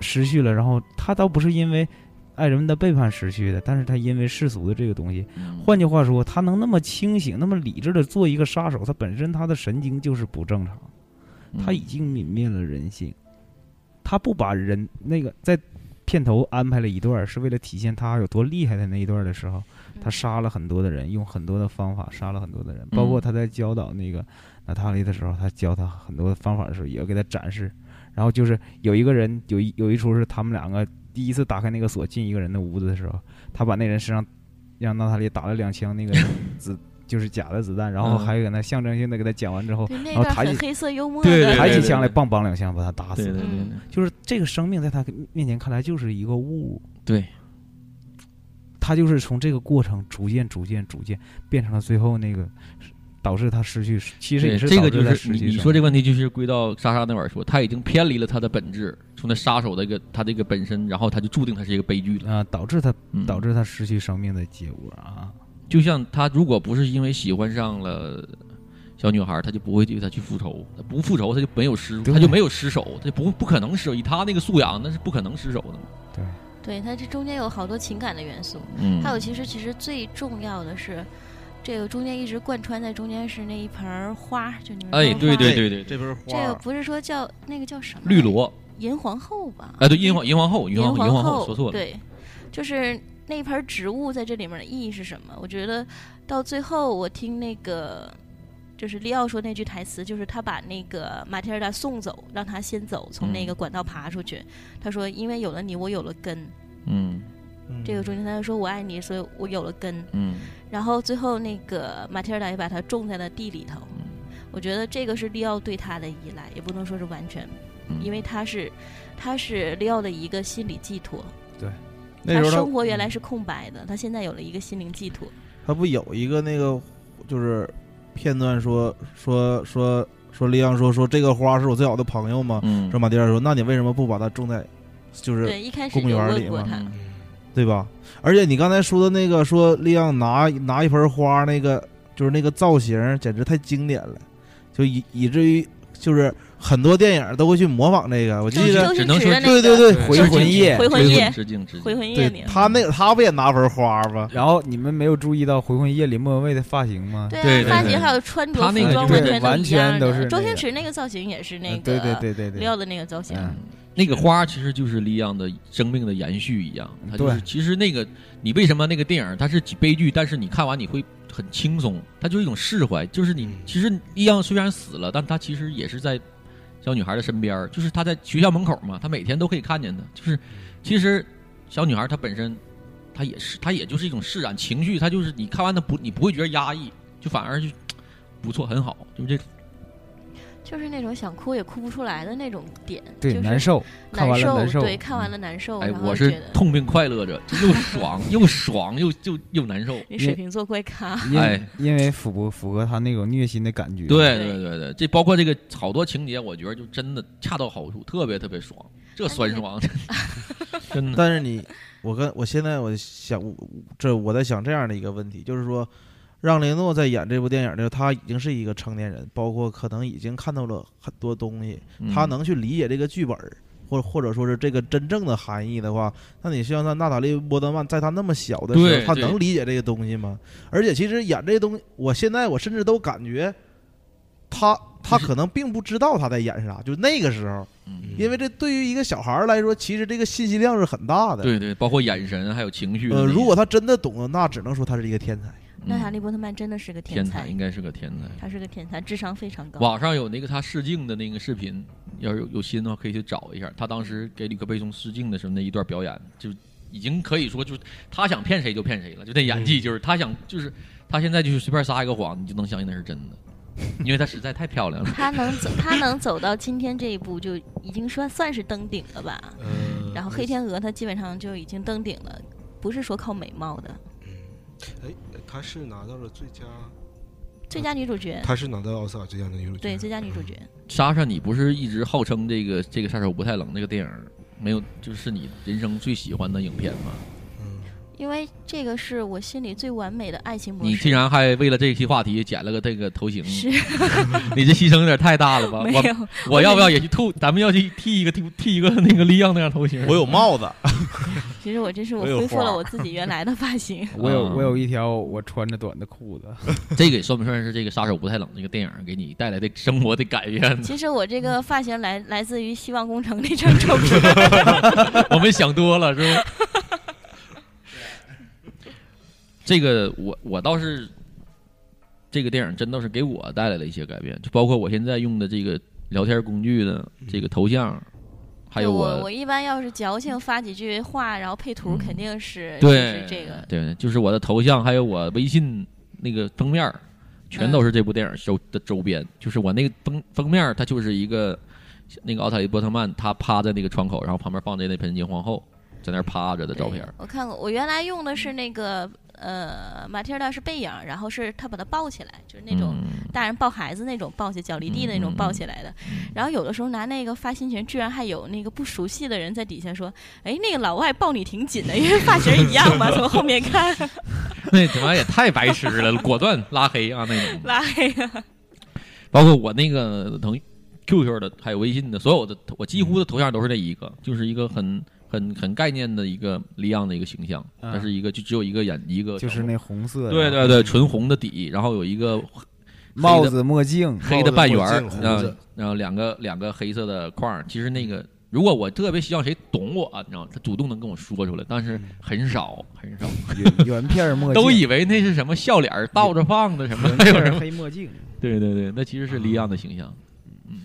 K: 失去了，然后他倒不是因为爱人们的背叛失去的，但是他因为世俗的这个东西，换句话说，他能那么清醒、那么理智的做一个杀手，他本身他的神经就是不正常，
L: 嗯
K: 他已经泯灭了人性，他不把人那个在。片头安排了一段儿，是为了体现他有多厉害的那一段儿的时候，他杀了很多的人，用很多的方法杀了很多的人，包括
L: 嗯
K: 他在教导那个娜塔莉的时候，他教他很多方法的时候，也要给他展示。然后就是有一个人，有一有一出是他们两个第一次打开那个锁进一个人的屋子的时候，他把那人身上让娜塔莉打了两枪那个子就是假的子弹，然后
L: 嗯
K: 还给那象征性的给他讲完之后，
H: 对那
K: 然后
H: 段
K: 抬
H: 很
K: 起
H: 黑色幽默
L: 哦对对
H: 的，
K: 抬起枪来，
L: 对
K: 棒棒两枪把他打死。嗯
L: 对对对对
K: 就是这个生命在他面前看来就是一个物，
L: 对，
K: 他就是从这个过程逐渐、逐渐、逐渐变成了最后那个导致他失去，其实
L: 对
K: 也是
L: 这个
K: 导致
L: 就
K: 他
L: 是
K: 失
L: 你
K: 去
L: 你
K: 生
L: 说这
K: 命
L: 个问题，就是归到莎莎那边儿说，他已经偏离了他的本质，从他杀手的一个他这个本身，然后他就注定他是一个悲剧了。
K: 啊、导致他
L: 嗯
K: 导致他失去生命的结果啊。
L: 就像他如果不是因为喜欢上了小女孩儿，他就不会对她去复仇，他不复仇他就没有失，
K: 对
L: 他就没有失手，他就不不可能失手。以他那个素养，那是不可能失手的。
K: 对，
H: 对它这中间有好多情感的元素，
L: 嗯
H: 还有其实其实最重要的是，这个中间一直贯穿在中间是那一盆儿花，就你们
L: 哎，
H: 说
L: 对
H: 花
L: 对对对，
I: 这盆
H: 这
I: 花
H: 个
I: 儿
H: 不是说叫那个叫什么
L: 绿萝，
H: 银皇后吧？
L: 哎，对，银皇银皇后，银
H: 银
L: 皇
H: 皇
L: 银皇后，说错了。
H: 对，就是那盆植物在这里面的意义是什么？我觉得到最后，我听那个就是利奥说那句台词，就是他把那个马蒂尔达送走，让他先走，从那个管道爬出去。他说：“因为有了你，我有了根。
L: 嗯
H: 这个中间他就说我爱你，所以我有了根。
L: 嗯
H: 然后最后那个马蒂尔达也把它种在了地里头。
L: 嗯
H: 我觉得这个是利奥对他的依赖，也不能说是完全，
L: 嗯，
H: 因为他是他是利奥的一个心理寄托。
I: 那时候
H: 他
I: 他
H: 生活原来是空白的，他现在有了一个心灵寄托。
I: 他不有一个那个就是片段说说说说利昂说说这个花是我最好的朋友吗？
L: 嗯
I: 说马蒂尔说，那你为什么不把它种在就是
H: 对，一开始
I: 公
H: 有
I: 园
H: 问
I: 里
H: 过
I: 嘛
H: 他，
I: 对吧？而且你刚才说的那个说利昂拿拿一盆花，那个就是那个造型，简直太经典了，就以以至于就是很多电影都会去模仿这个。我记
H: 就
I: 得
H: 就，
L: 只
H: 是
L: 能
H: 指
L: 说
H: 着那
I: 对
H: 个
I: 对对，
L: 对
I: 回
L: 致
I: 魂
L: 敬
I: 夜，
H: 回魂夜
L: 致敬致敬，
H: 回魂夜
I: 对
H: 里，
I: 他那个他不也拿盆花吗？
K: 然后你们没有注意到《回魂夜》里莫文蔚的发型吗？
H: 对啊，
L: 对对
H: 发
L: 对
H: 型还有穿着
L: 他那
H: 服
L: 个
H: 装
L: 就是
H: 全
K: 完
H: 一
K: 全
H: 样
K: 都
H: 的
K: 是
H: 周
K: 那
H: 星
K: 个
H: 驰那个造型也是那
K: 嗯
H: 个
K: 对对对对对
H: 廖的那个造型。
K: 嗯
L: 那个花其实就是利昂的生命的延续一样，它就是
K: 嗯对
L: 其实那个你为什么那个电影它是悲剧，但是你看完你会很轻松，它就是一种释怀，就是你
J: 嗯
L: 其实利昂虽然死了，但他其实也是在小女孩的身边儿，就是他在学校门口嘛，他每天都可以看见的，
K: 嗯
L: 就是其实小女孩她本身她也是她也就是一种释然情绪，她就是你看完她不你不会觉得压抑，就反而就不错很好，就这
H: 就是那种想哭也哭不出来的那种点，
K: 对，
H: 就是
K: 难受，看
H: 难
K: 完了难受。
H: 对，看完了难受，
L: 哎
H: 哦然，后
L: 我
H: 觉
L: 是
H: 得
L: 痛并快乐着， 就又爽又爽又又又难受。
H: 你水瓶座怪咖，
K: 因、
L: 哎
K: 因为符不符合他那种虐心的感觉。
L: 对
H: 对
L: 对对对，这包括这个好多情节，我觉得就真的恰到好处，特别特别爽。这酸
H: 啊
L: 爽， 真的。
I: 但是你，我跟我现在我想，我这我在想这样的一个问题，就是说，让雷诺在演这部电影的时候，他已经是一个成年人，包括可能已经看到了很多东西，
L: 嗯
I: 他能去理解这个剧本儿，或或者说是这个真正的含义的话，那你像那娜塔莉波德曼在他那么小的时
L: 对
I: 候，他
L: 对
I: 能理解这个东西吗？而且其实演这东西，我现在我甚至都感觉他他
L: 就是
I: 可能并不知道他在演啥，就那个时候因为这对于一个小孩儿来说，其实这个信息量是很大的。
L: 对对，包括眼神还有情绪的那
I: 呃，
L: 些。嗯
I: 如果他真的懂了，那只能说他是一个天才。
H: 娜塔莉波特曼真的是个
L: 天才
H: 才
L: 应，该是个天才。
H: 她是个天才，智商非常高。
L: 网上有那个他试镜的那个视频，要是有有心的话可以去找一下。他当时给吕克贝松试镜的时候那一段表演，就已经可以说就是他想骗谁就骗谁了，就那演技就是他想就是他现 在就是随便撒一个谎，你就能相信那是真的，因为他实在太漂亮了。
H: 她能走，她能走到今天这一步，就已经说算是登顶了吧。
L: 嗯
J: 呃
H: 然后黑天鹅，她基本上就已经登顶了，不是说靠美貌的。
J: 哎，她是拿到了最佳，
H: 最佳女主角，
J: 她是拿到奥斯卡最佳女主角。
H: 呃对最佳女主角，
L: 莎莎，你不是一直号称这个这个杀手不太冷那个电影没有就是你人生最喜欢的影片 吗？
J: 嗯
H: 因为这个是我心里最完美的爱情模
L: 你竟
H: 式。
L: 然还为了这期话题剪了个这个头型，
H: 是
L: 你这牺牲有点太大了吧？
H: 没有
L: 我我要不要也去吐？咱们要去剃一个剃剃一个那个利昂那样头型？
I: 我有帽 子，
H: 其实我这是我
L: 我有
H: 恢复
L: 花
H: 了
L: 儿
H: 我自己原来的发
L: 。
H: 型
L: 我有我有
K: 一条我穿着短的裤子，
L: 这个也算不算是这个杀手不太冷这个电影给你带来的生活的改变呢？
H: 其实我这个发型来来自于《希望工程》那张照片。
L: 我们想多了是吧？ 这个我我倒是，这个电影真倒是给我带来了一些改变，就包括我现在用的这个聊天工具的这个头像，还有
H: 我一般要是矫情发几句话，然后配图肯定哎是、
L: 嗯对
H: 就是这个。
L: 对，就是我的头像，还有我微信那个封面儿，全
H: 嗯
L: 都是这部电影周的周边。就是我那个封封面儿，它就是一个那个奥塔利波特曼，他趴在那个窗口，然后旁边放着那盆金皇后在那儿趴着的照片儿。
H: 我看过，我原来用的是那个呃马蒂尔达是背影，然后是他把它抱起来，就是那
L: 嗯
H: 种大人抱孩子那种抱起脚离地的那种抱起来的。然后有的时候拿那个发心情，居然还有那个不熟悉的人在底下说：“哎，那个老外抱你挺紧的，因为发型一样 嘛，从后面看
L: 那他妈也太白痴了，果断拉黑啊那种。
H: 拉黑了。
L: 包括我那个腾 QQ 的，还有微信的，所有的我几乎的头像都是那一个，就是一个很很很概念的一个李昂的一个形象，
K: 嗯
L: 它是一个就只有一个眼一个
K: 就是那红色的
L: 对对对，纯红的底，然后有一个黑
K: 帽
L: 黑的
K: 子墨镜
L: 黑的半圆儿
K: 帽子墨，镜
L: 然
K: 胡
L: 后
K: 子
L: 然后两个两个黑色的框儿。其实那个，如果我特别希望谁懂我，你知道吗，他主动能跟我说出来，但是很少很少，
K: 圆片儿墨镜
L: 都以为那是什么笑脸儿倒着放的什么
K: 圆，
L: 那
K: 片
L: 有什
K: 儿
L: 么
K: 黑墨镜，
L: 对对对，那其实是李昂的形象。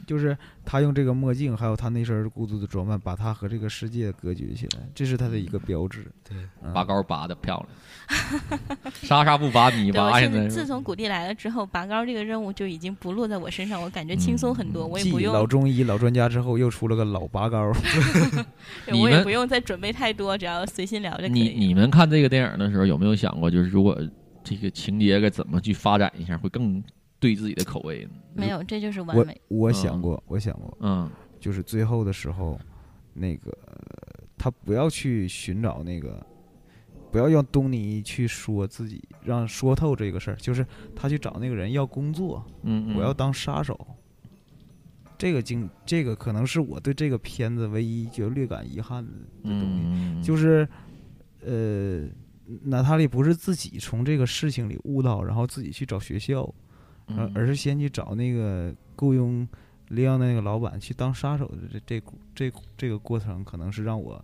K: 就是他用这个墨镜，还有他那身孤独的装扮，把他和这个世界隔绝起来，这是他的一个标志。嗯
J: 对，
L: 拔高拔的漂亮，莎莎不拔你
H: 对，
L: 拔
H: 我
L: 现在
H: 是自从谷地来了之后，拔高这个任务就已经不落在我身上，我感觉轻
L: 嗯
H: 松很多，我也
K: 继
H: 不用
K: 老中医、老专家之后，又出了个老拔高。
H: 对我也不用再准备太多，只要随心聊就可
L: 你
H: 以。
L: 你们看这个电影的时候有没有想过，就是如果这个情节该怎么去发展一下，会更对自己的口味呢？
H: 没有，这就是完
K: 我
H: 美。
K: 我想过，我想过，
L: 嗯，
K: 就是最后的时候，那个他不要去寻找那个，不要让东尼去说自己，让说透这个事儿，就是他去找那个人要工作，
L: 嗯嗯
K: 我要当杀手。这个经，这个可能是我对这个片子唯一就略感遗憾的
L: 嗯
K: 的东西，就是，呃，娜塔莉不是自己从这个事情里悟到，然后自己去找学校，而、
L: 嗯
K: 呃而是先去找那个雇佣利昂的那个老板去当杀手的这这股这股这个过程，可能是 让我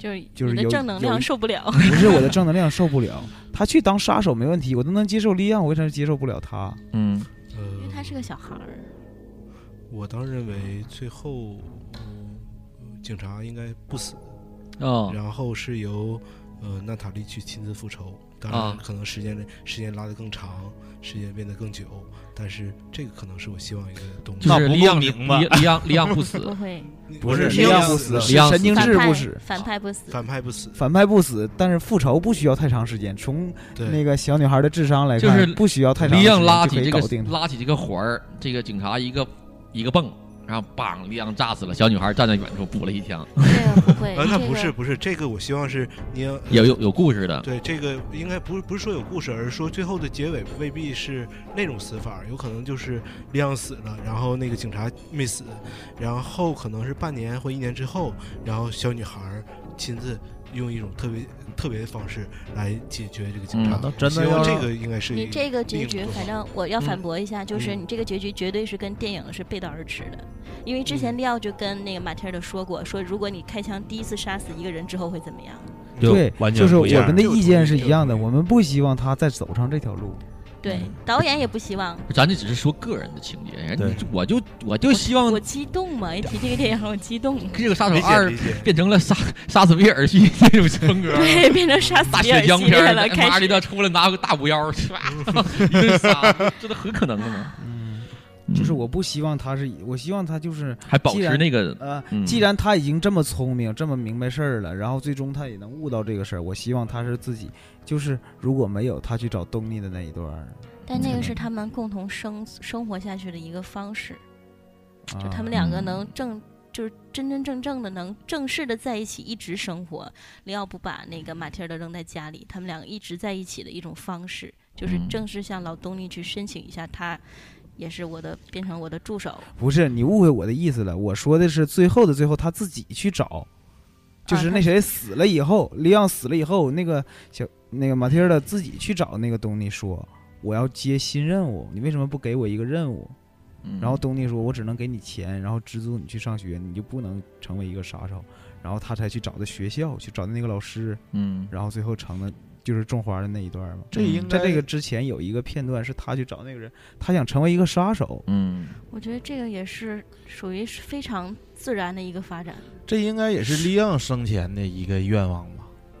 H: 就是
K: 就是
H: 你的
K: 有
H: 正能
K: 有
H: 量
K: 一
H: 受不了
K: 不是我的正能量受不了。他去当杀手没问题，我都能接受利昂，我为啥接受不了他？
L: 嗯，
H: 因为他是个小孩儿。
J: 呃我倒认为最后，嗯、警察应该不死，
L: 哦
J: 然后是由呃娜塔莉去亲自复仇，当
L: 啊
J: 然可能时间、时间拉得更长，时间变得更久，但是这个可能是我希望一个东西。
L: 就是利昂是利利昂利昂不死，
H: 不会
K: 不是
J: 利
K: 利昂
J: 昂
K: 不
J: 死
K: 死，
J: 了
K: 是
L: 利昂
K: 神经
H: 反
K: 质
H: 派
K: 不死，
H: 反派不 死，
J: 反派不死，
K: 反派不死，但是复仇不需要太长时间。从
J: 对
K: 那个小女孩的智商来
L: 就
K: 看，
L: 是
K: 不需 要太长
L: 利
K: 时间
L: 昂拉
K: 就
L: 起
K: 可以
L: 这
K: 搞
L: 个
K: 定他。
L: 拉起这个环儿，这个警察一个一个蹦，然后梆，利昂炸死了，小女孩站在远处补了一枪，
D: 不会
J: 呃，那
D: 这
J: 不
D: 个
J: 是不是，这个我希望是你要呃
L: 有有有故事的，
J: 对，这个应该不是不是说有故事，而是说最后的结尾未必是那种死法，有可能就是利昂死了，然后那个警察没死，然后可能是半年或一年之后，然后小女孩儿亲自用一种特别特别的方式来解决这个警察。
I: 嗯那真的
J: 希望
I: 要
J: 这
I: 让
J: 个应该是
H: 你这个结
J: 另一
H: 局
J: 种，
H: 反
J: 方
H: 正
J: 法
H: 我要反
J: 嗯
H: 驳一下，就是
J: 嗯
H: 你这个结局绝对是跟电影是背道而驰的，因为之
K: 嗯
H: 前利奥就跟那个马天儿的说过，说如果你开枪第一次杀死一个人之后会怎么样？
K: 嗯对，
I: 完全
K: 就是
I: 不
K: 我
I: 一样
K: 们的意见是一样的，我们不希望他再走上这条路。
H: 对，
K: 嗯
H: 导演也不希望。
L: 咱这只是说个人的情节，人
K: 对
L: 家我就我就希
J: 嗯
L: 望
H: 我激动嘛，一提这个电影我激动。
J: 啊
L: 这个杀手
H: 理解
L: 二
H: 理解
L: 变成了杀杀死比尔系那种风 格，
H: 对，变成杀死
L: 大
H: 比
L: 血
H: 尔
L: 浆
H: 系
L: 片
H: 列
L: 儿，
H: 了，
L: 他妈
H: 开
L: 的
H: 始。
L: 要出来拿个大补腰，唰，一顿杀，这都很可能的嘛。嗯
K: 就是我不希望他是以，我希望他就是
L: 还保
K: 既然
L: 持那个
K: 呃，
L: 嗯
K: 既然他已经这么聪明，这么明白事儿了，然后最终他也能悟到这个事儿，我希望他是自己，就是如果没有他去找东尼的那一段儿，
H: 但那
K: 嗯
H: 个是他们共同生生活下去的一个方式，
K: 啊
H: 就他们两个能正。就是真真正正的能正式的在一起一直生活，里奥不把那个马蒂尔德扔在家里，他们两个一直在一起的一种方式，就是
K: 嗯
H: 正式向老东尼去申请一下，他也是我的变成我的助手，
K: 不是你误会我的意思了，我说的是最后的最后他自己去找，就是
H: 啊
K: 那谁死了以后，利昂死了以后，那个小那个马蒂尔的自己去找那个东尼说，我要接新任务，你为什么不给我一个任务？
L: 嗯
K: 然后东尼说：“我只能给你钱，然后资助你去上学，你就不能成为一个杀手。”然后他才去找的学校，去找的那个老师，
L: 嗯，
K: 然后最后成了就是种花的那一段嘛。
H: 嗯
I: 这应
K: 在这
I: 该
K: 个之前有一个片段是他去找那个人，他想成为一个杀手。
L: 嗯，
H: 我觉得这个也是属于是非常自然的一个发展，
I: 这应该也是利昂生前的一个愿望吧？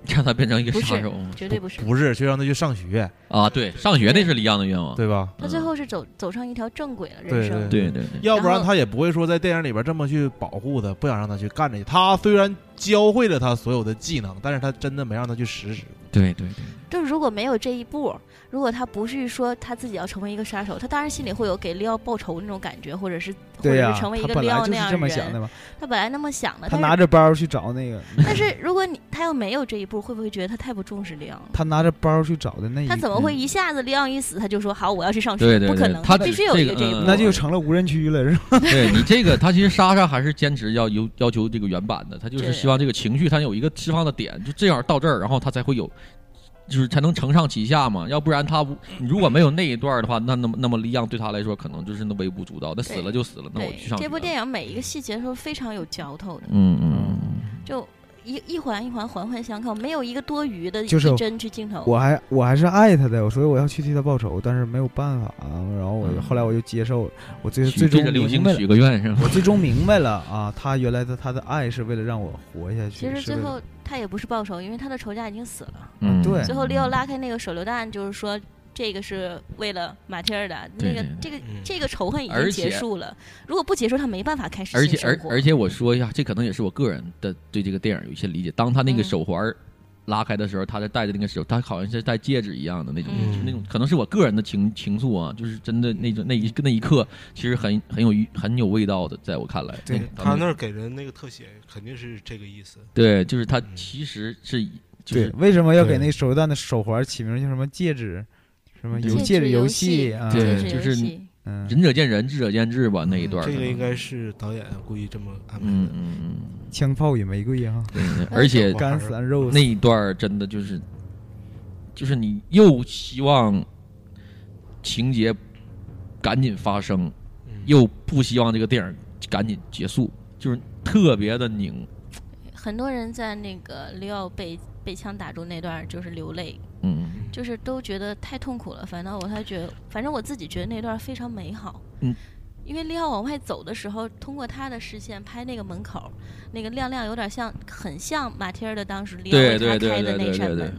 L: 让他变成一个
H: 不
L: 杀
H: 是
L: 手吗，
H: 绝对不是。
I: 不是，就让他去上学
L: 啊？对，上学那是一样的愿望，
I: 对吧？
H: 他最后是走走上一条正轨了，人
I: 对
H: 生
L: 对对对
I: 要不
H: 然
I: 然
H: 后
I: 他也不会说在电影里边这么去保护他，不想让他去干这些。他虽然教会了他所有的技能，但是他真的没让他去实施。
L: 对对
H: 就是如果没有这一步，如果他不是说他自己要成为一个杀手，他当然心里会有给利奥报仇那种感觉，或者是、或
K: 对呀、
H: 者是成为一
K: 他
H: 个
K: 本
H: 利
K: 来
H: 奥
K: 就
H: 那
K: 是
H: 样
K: 这么
H: 人
K: 想的嘛。
H: 他本来那么想的，
K: 他
H: 但
K: 拿
H: 是
K: 着包去找 那个，
H: 但是如果你他要没有这一步，会不会觉得他太不重视利奥了？
K: 他拿着包去找的那一，
H: 他怎么会一下子利奥一死他就说好我要去上学？
L: 对对
H: 不可
L: 对
H: 能，
L: 他
H: 必
L: 只
H: 须有
L: 这
H: 一
L: 个
H: 这一步。
L: 嗯
K: 那就成了无人区了，是 吧？
L: 对你这个，他其实莎莎还是坚持要要要求这个原版的，他就是
H: 对
L: 希望这个情绪他有一个释放的点，就这样到这儿，然后他才会有，就是才能承上启下嘛。要不然他不你如果没有那一段的话，那那么那么利昂对他来说可能就是那微不足道，那死了就死了，那我
H: 对
L: 去上学
H: 这。部电影每一个细节都非常有嚼头的，
L: 嗯嗯嗯，
H: 就一一环一环环环相扣，没有一个多余的
K: 就是
H: 一帧去镜头。
K: 我还我还是爱他的，所以我要去替他报仇，但是没有办法啊。然后我就、
L: 嗯
K: 后来我就接受，我最
L: 许
K: 最终
L: 对着流
K: 明
L: 星
K: 白了
L: 许个愿是吧
K: 我最终明白了啊，他原来的他的爱是为了让我活下去。
H: 其实
K: 是
H: 最
K: 为了
H: 后他也不是报仇，因为他的仇家已经死了。
K: 嗯对
H: 最后利奥拉开那个手榴弹，就是说这个是为了马蒂尔达，那
L: 对
H: 个
L: 对
H: 这个这个仇恨已
L: 而
H: 经结
L: 且
H: 束了。如果不结束，他没办法开始
L: 而
H: 新
L: 且
H: 生
L: 而
H: 活。
L: 而且我说一下，这可能也是我个人的对这个电影有一些理解。当他那个
H: 嗯
L: 手环儿拉开的时候，他在戴的那个手，他好像是戴戒指一样的那种，
J: 嗯
L: 就是那种可能是我个人的情情愫啊，就是真的那种那一那一刻，其实很很有很有味道的，在我看来，嗯
J: 对
L: 那个
J: 他那儿给人那个特写，肯定是这个意思。
L: 对，就是他其实是就是
K: 对，为什么要给那手榴弹的手环起名叫什么戒指？什么游戒指游戏啊？
L: 对，就是
K: 嗯，
L: 仁者见仁，智者见智吧，那一段儿
J: 嗯这
L: 可
J: 个
L: 能
J: 应该是导演故意这么安排
L: 嗯
J: 的。
L: 嗯嗯。
K: 枪炮与玫
M: 啊
K: 瑰哈。
L: 对对
J: 嗯
L: 而且
K: 干死 and rose
L: 那一段儿真的就是，就是你又希望情节赶紧发生，
J: 嗯
L: 又不希望这个电影赶紧结束，就是特别的拧。
H: 很多人在那个里奥被被枪打中那段儿就是流泪，
L: 嗯，
H: 就是都觉得太痛苦了。反倒我还觉得，反正我自己觉得那段儿非常美好。
L: 嗯，
H: 因为利奥往外走的时候，通过他的视线拍那个门口儿，那个亮亮有点像，很像马蒂尔的当时利奥
L: 对
H: 为
L: 对
H: 他
L: 对
H: 开
L: 对
H: 的
L: 对
H: 那扇
L: 对对
H: 门。，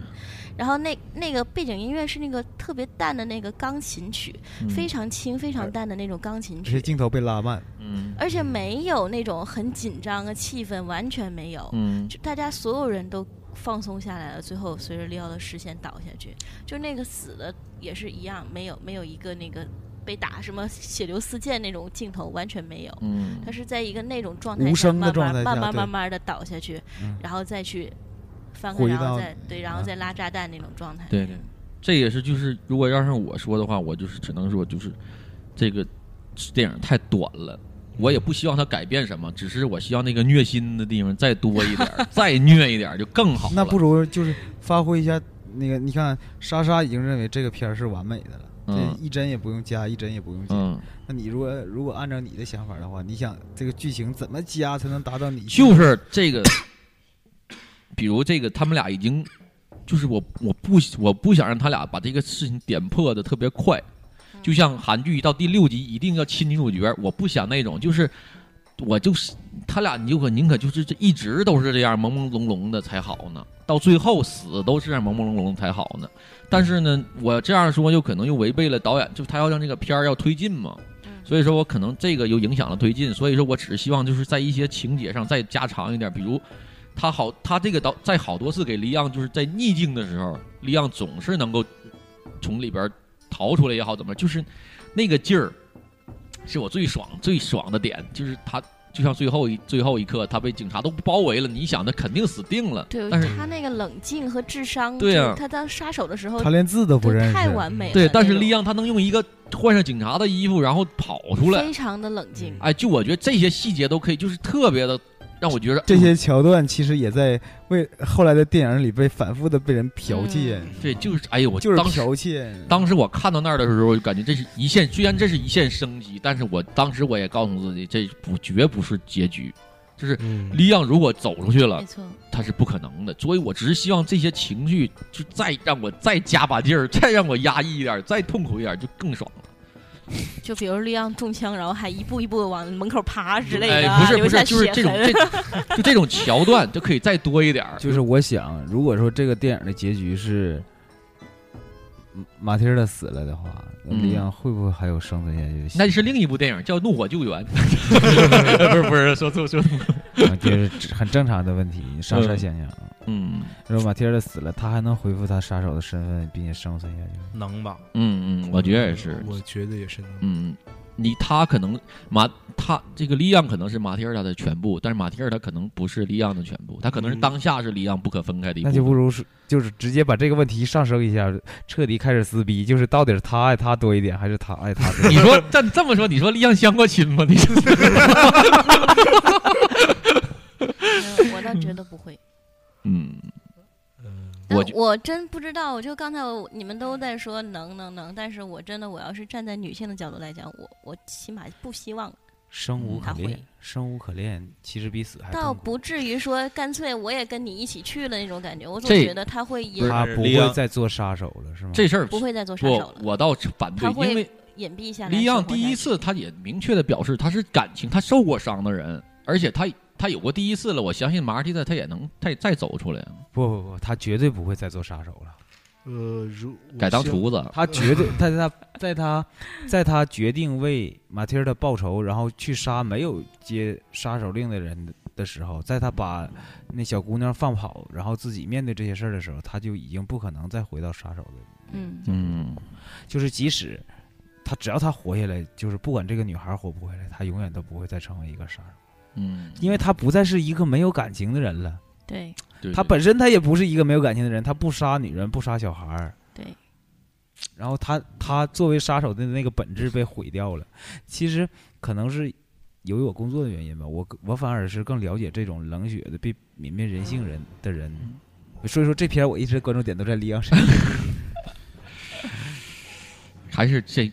H: 然后那那个背景音乐是那个特别淡的那个钢琴曲，
K: 嗯
H: 非常轻、非常淡的那种钢琴
K: 这些
H: 曲，
K: 镜头被拉慢。
L: 嗯
H: 而且没有那种很紧张的气氛，完全没有。
L: 嗯
H: 就大家所有人都放松下来了，最后随着利奥的视线倒下去，就那个死的也是一样，没有没有一个那个被打什么血流四溅那种镜头，完全没有。
L: 嗯
H: 他是在一个那种状态
K: 无
H: 下，
K: 声的
H: 慢
K: 状
H: 慢
K: 态下
H: 慢慢
K: 对
H: 慢慢的倒下去，
K: 嗯
H: 然后再去翻开，
K: 回
H: 然
K: 到
H: 后再对，然后
K: 啊
H: 再拉炸弹那种状态。
L: 对对，这也是就是如果要让我说的话，我就是只能说就是这个电影太短了，我也不希望他改变什么，只是我希望那个虐心的地方再多一点 儿，再虐一点儿就更好了。
M: 那不如就是发挥一下那个，你看莎莎已经认为这个片儿是完美的了，
L: 嗯
M: 这一帧也不用加，一帧也不用减。
L: 嗯
M: 那你如果如果按照你的想法的话，你想这个剧情怎么加才能达到你？
L: 就是这个，比如这个，他们俩已经，就是我我不我不想让他俩把这个事情点破的特别快，就像韩剧到第六集一定要亲女主角，我不想那种，就是我就是他俩，你就可宁可就是这一直都是这样朦朦胧胧的才好呢，到最后死都是这样朦朦胧胧才好呢。但是呢，我这样说又可能又违背了导演，就他要让这个片儿要推进嘛。
H: 嗯
L: 所以说我可能这个又影响了推进，所以说我只是希望就是在一些情节上再加长一点，比如他好，他这个导在好多次给黎昂就是在逆境的时候，黎昂总是能够从里边逃出来也好，怎么就是那个劲儿，是我最爽最爽的点，就是他就像最后一最后一刻，他被警察都包围了，你想他肯定死定了，
H: 对
L: 但是
H: 他那个冷静和智商，
L: 对啊
H: 就是他当杀手的时候，
L: 他连
M: 字都不
H: 对
M: 认识
H: 太完美了。
L: 对，但
H: 那
L: 是
H: 种
L: 黎昂他能用一个换上警察的衣服，然后跑出来，
H: 非常的冷静。
L: 哎，就我觉得这些细节都可以，就是特别的让我觉得
M: 这些桥段其实也在为后来的电影里被反复的被人剽窃。
J: 嗯
L: 对，就是哎呦，我
M: 就是
L: 当时
M: 剽窃。
L: 当时我看到那儿的时候，我就感觉这是一线，虽然这是一线生机，但是我当时我也告诉自己，这不绝不是结局，就是李昂如果走出去了
H: 没错，
L: 他是不可能的。所以我只是希望这些情绪就再让我再加把劲儿，再让我压抑一点，再痛苦一点，就更爽了。
H: 就比如利昂中枪，然后还一步一步往门口爬之类的
L: 哎，
H: 啊，
L: 不是
H: 留
L: 不是，
H: 下
L: 就是
H: 血
L: 这种
H: 痕。
L: 这就这种桥段就可以再多一点儿。
K: 就是我想，如果说这个电影的结局是嗯马蒂尔达死了的话，那
L: 嗯
K: 利昂会不会还有生存下去的希
L: 那是另一部电影叫《怒火救援》， 不是不是，说错说错。
K: 望？就是 很正常的问题，杀杀
L: 嗯
K: 想想。
L: 嗯，
K: 如果马蒂尔达死了，他还能恢复他杀手的身份，并且生存下去吗？
I: 能吧？
L: 嗯嗯，我觉得也是。
J: 我觉得也是能。
L: 嗯，你他可能马他这个利昂可能是马蒂尔达的全部，但是马蒂尔达可能不是利昂的全部，他可能
K: 嗯
L: 是当下是利昂不可分开的一部分。
K: 那就不如是就是直接把这个问题上升一下，彻底开始撕逼，就是到底是他爱他多一点，还是他爱他多一点？
L: 你说这这么说，你说利昂相过亲吗？你说
H: 我倒觉得不会。
L: 嗯，
H: 但
L: 我觉
H: 我真不知道，就刚才我你们都在说能能能，但是我真的我要是站在女性的角度来讲，我我起码不希望，
K: 生无可
H: 他会
K: 恋，生无可恋，其实比死还
H: 倒
K: 痛
H: 不至于说干脆我也跟你一起去了那种感觉。我总
K: 这
H: 觉得他会
K: 苦。
H: 隐，
K: 他不
L: 利
K: 会
L: 昂
K: 再做杀手了，是吗？
L: 这事儿
H: 不会再做杀
L: 不
H: 手了
L: 我倒是反对
H: 他，
L: 因为
H: 会隐蔽下来。
L: 利昂
H: 生活
L: 第
H: 下
L: 一
H: 去
L: 次他也明确的表示他是感情，他受过伤的人，而且他他有过第一次了，我相信马尔蒂的他也能再再走出来。
K: 不不不，他绝对不会再做杀手了。
J: 呃，如
L: 改当厨子
K: 他绝对，他他在他，在他决定为马蒂尔的报仇，然后去杀没有接杀手令的人的时候，在他把那小姑娘放跑，然后自己面对这些事儿的时候，他就已经不可能再回到杀手的
H: 嗯
L: 嗯，
K: 就是即使他只要他活下来，就是不管这个女孩活不回来，他永远都不会再成为一个杀手，
L: 嗯，
K: 因为他不再是一个没有感情的人了。
H: 对
L: 对
K: 他本身他也不是一个没有感情的人，他不杀女人，不杀小孩儿。
H: 对，
K: 然后他他作为杀手的那个本质被毁掉了。其实可能是由于我工作的原因吧，我我反而是更了解这种冷血的、被泯灭人性人的人。
H: 嗯
K: 嗯所以说这篇我一直关注点都在李昂身上。
L: 还是这，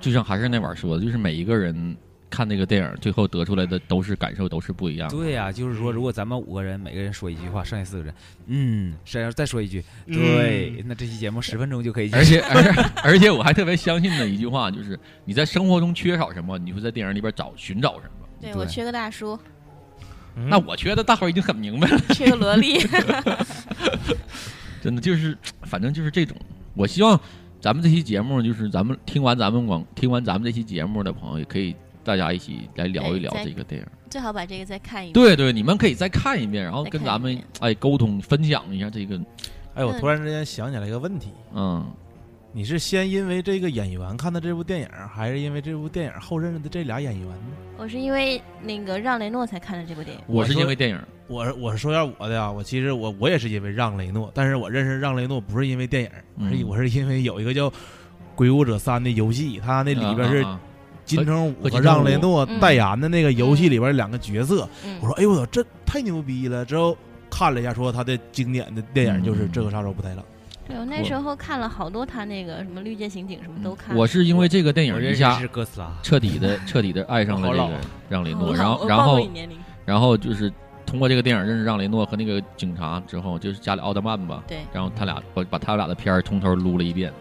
L: 就像还是那玩意儿说的，就是每一个人看那个电影，最后得出来的都是感受都是不一样的。
K: 对呀、就是说，如果咱们五个人每个人说一句话，剩下四个人，嗯，谁要再说一句，
L: 嗯
K: 对，那这期节目十分钟就可以结束。
L: 而且而且而且我还特别相信的一句话就是，你在生活中缺少什么，你会在电影里边找寻找什么。
H: 对我缺个大叔，
L: 那我觉得大伙儿已经很明白了，
H: 缺个萝莉。
L: 真的就是，反正就是这种。我希望咱们这期节目，就是咱们听完咱们广听完咱们这期节目的朋友，也可以大家一起来聊一聊
H: 对再
L: 这个电影。
H: 最好把这个再看一遍。
L: 对对，你们可以再看一遍，然后
H: 再
L: 跟
H: 看
L: 咱们哎沟通分享一下这个。
I: 哎，我突然之间想起来一个问题，
L: 嗯，
I: 你是先因为这个演员看的这部电影，还是因为这部电影后认识的这俩演员呢？
H: 我是因为那个让雷诺才看的这部电影。
I: 说
L: 电影，
I: 我我说要我的啊，我其实我我也是因为让雷诺，但是我认识让雷诺不是因为电影，
L: 嗯
I: 而是我是因为有一个叫《鬼武者三》的游戏，它那里边是
L: 啊啊啊
I: 金城武
L: 和
I: 和
L: 金城
I: 让
L: 武
I: 雷诺
L: 嗯
I: 代言的那个游戏里边两个角色
L: 嗯，
I: 我说哎呦我操，这太牛逼了！之后看了一下，说他的经典的电影就是《这个杀手不太冷》。
H: 对我那时候看了好多他那个什么《绿界刑警》什么都看。
L: 嗯我是因为这个电影一下
K: 是啊哥斯拉
L: 彻底的彻底的爱上了这
K: 我好老
L: 个
K: 啊
L: 让雷诺，
H: 我好
L: 然
H: 我
L: 后然
H: 暴露
L: 后
H: 你年龄
L: 然后就是通过这个电影认识让雷诺和那个警察之后，就是家里奥特曼吧，
H: 对
L: 然后他俩把把他俩的片儿从头撸了一遍，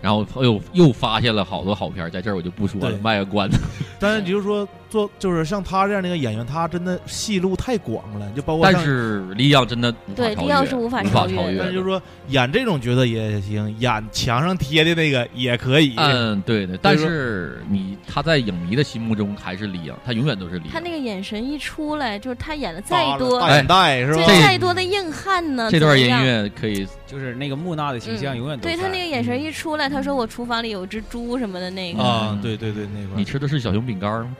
L: 然后又又发现了好多好片儿，在这儿我就不说了，
I: 对
L: 卖个关子。
I: 但是就是说做就是像他这样的一个演员，他真的戏路太广了，就包括
L: 但
I: 像
L: 是李阳真的无法
H: 对
L: 超
H: 李阳
L: 越
H: 是无法
L: 无法
H: 超越
L: 超越
I: 但是
L: 的。
I: 就是说演这种角色也行，演墙上贴的那个也可以。
L: 嗯，对的，但
I: 所以说
L: 是你他在影迷的心目中还是李阳，他永远都是李阳。
H: 他那个眼神一出来，就是他演的再
I: 大
H: 多，
I: 大眼袋是吧
H: 这
L: 这
H: 再多的硬汉呢，
L: 这段音
H: 怎么样
L: 乐可以，
K: 就是那个木讷的形象永远都
H: 嗯对他
K: 在嗯
H: 那个眼神一出来，他说我厨房里有只猪什么的那个，
I: 啊，对对对，那块儿
L: 哎嗯你吃的是小熊饼干吗？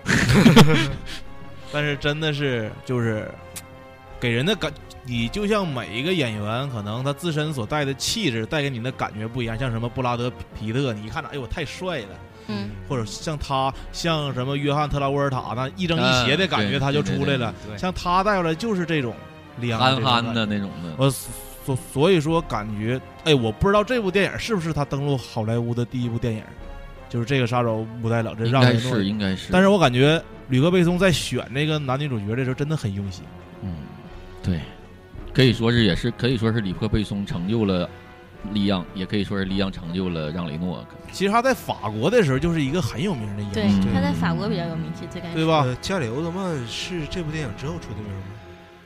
I: 但是真的是就是给人的感，你就像每一个演员，可能他自身所带的气质带给你的感觉不一样。像什么布拉德皮特，你一看着，哎呦，太帅了。
H: 嗯，
I: 或者像他，像什么约翰特拉沃尔塔那一正一邪的感觉，
L: 嗯
I: 他就
L: 对对
I: 出来了
L: 对对。对
I: 像他带出来就是这种凉
L: 憨憨的那
I: 种
L: 种的
I: 感觉。我呃所所以说感觉，哎，我不知道这部电影是不是他登陆好莱坞的第一部电影，就是这个杀手不太冷，这
L: 应
I: 让
L: 该
I: 人诺
L: 是应该是
I: 但是我感觉吕克贝松在选这个男女主角的时候真的很用心。
L: 嗯，对，可以说是也是可以说是里克贝松成就了利昂，也可以说是利昂成就了让雷诺。
I: 其实他在法国的时候就是一个很有名的演
H: 对
I: 员，，
H: 他在法国比较有名气，最开始
I: 嗯对吧
L: 啊
J: 呃加里奥特曼是这部电影之后出的名吗？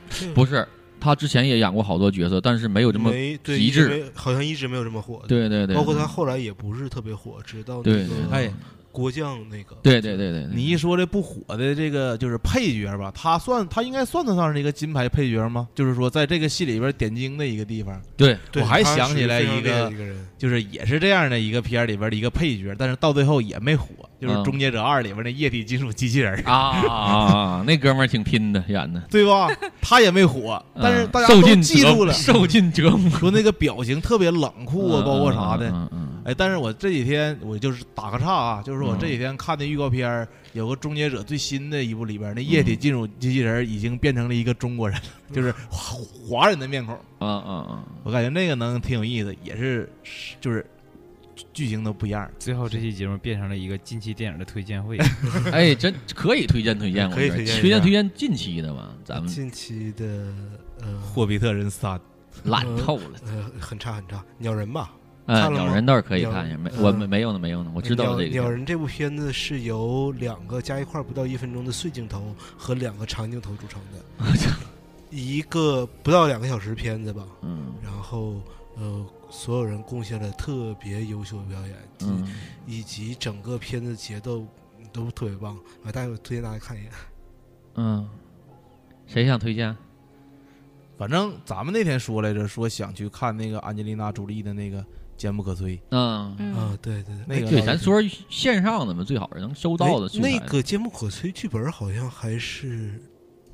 J: 这
L: 不是，他之前也演过好多角色，但是没有这么
J: 没对
L: 极
J: 一直
L: 致
J: 没。好像一直没有这么火的。
L: 对对对
J: 包括他后来也不是特别火，直到那
L: 对
J: 个
L: 对对
J: 哎国将那个
L: 对对对对，
I: 你一说这不火的这个就是配角吧，他算他应该算得上是一个金牌配角吗？就是说在这个戏里边点睛的一个地方。
L: 对
I: 我
J: 对
I: 还
J: 他
I: 想
J: 是
I: 起来
J: 非常
I: 一
J: 厉害
I: 个
J: 的一个人，
I: 就是也是这样的一个片儿里边的一个配角，但是到最后也没火，就是
L: 嗯
I: 《终结者二》里边那液体金属机器人儿
L: 啊啊啊！那哥们儿挺拼的，演的。
I: 对吧？他也没火，
L: 嗯
I: 但是大家
L: 受
I: 都
L: 尽
I: 记
L: 折
I: 住了，
L: 受尽折 磨，
I: 说那个表情特别冷酷啊，
L: 嗯
I: 包括啥的
L: 嗯嗯。
I: 哎，但是我这几天我就是打个岔啊，就是我
L: 嗯
I: 这几天看的预告片儿有个《终结者》最新的一部里边，那液体
L: 嗯
I: 金属机器人儿已经变成了一个中国人了，就是华华人的面孔。
L: 啊啊啊！，
I: 我感觉那个能挺有意思，也是就是剧情都不一样。
K: 最后这期节目变成了一个近期电影的推荐 会
L: 哎，真可以推荐推荐，我
J: 可以
L: 觉得
J: 推荐一
L: 推荐
J: 下
L: 推荐近期的吧，咱们
J: 近期的呃
I: 霍比特人三》
L: 懒
J: 呃
L: 透了。
J: 呃，很差很差。鸟人吧，
L: 啊，
J: 看了
L: 鸟
J: 吗
L: 人倒是可以
J: 鸟
L: 看一下，没
J: 呃
L: 我没没有呢，没有呢，我知道
J: 鸟
L: 这个。
J: 鸟人这部片子是由两个加一块儿不到一分钟的碎镜头和两个长镜头组成的， 一个不到两个小时片子吧。
L: 嗯，
J: 然后呃，所有人贡献了特别优秀的表演，
L: 嗯
J: 以及整个片子节奏都特别棒啊！大家推荐大家看一眼。
L: 嗯，谁想推荐？
I: 反正咱们那天说来着，说想去看那个安吉丽娜·朱莉的那个《坚不可摧》。
L: 嗯
J: 啊，对对
I: 那个
L: 哎对，
I: 倒
L: 咱
I: 是
L: 说线上的嘛，最好是能收到的素材
J: 哎那个节目可摧剧本好像还是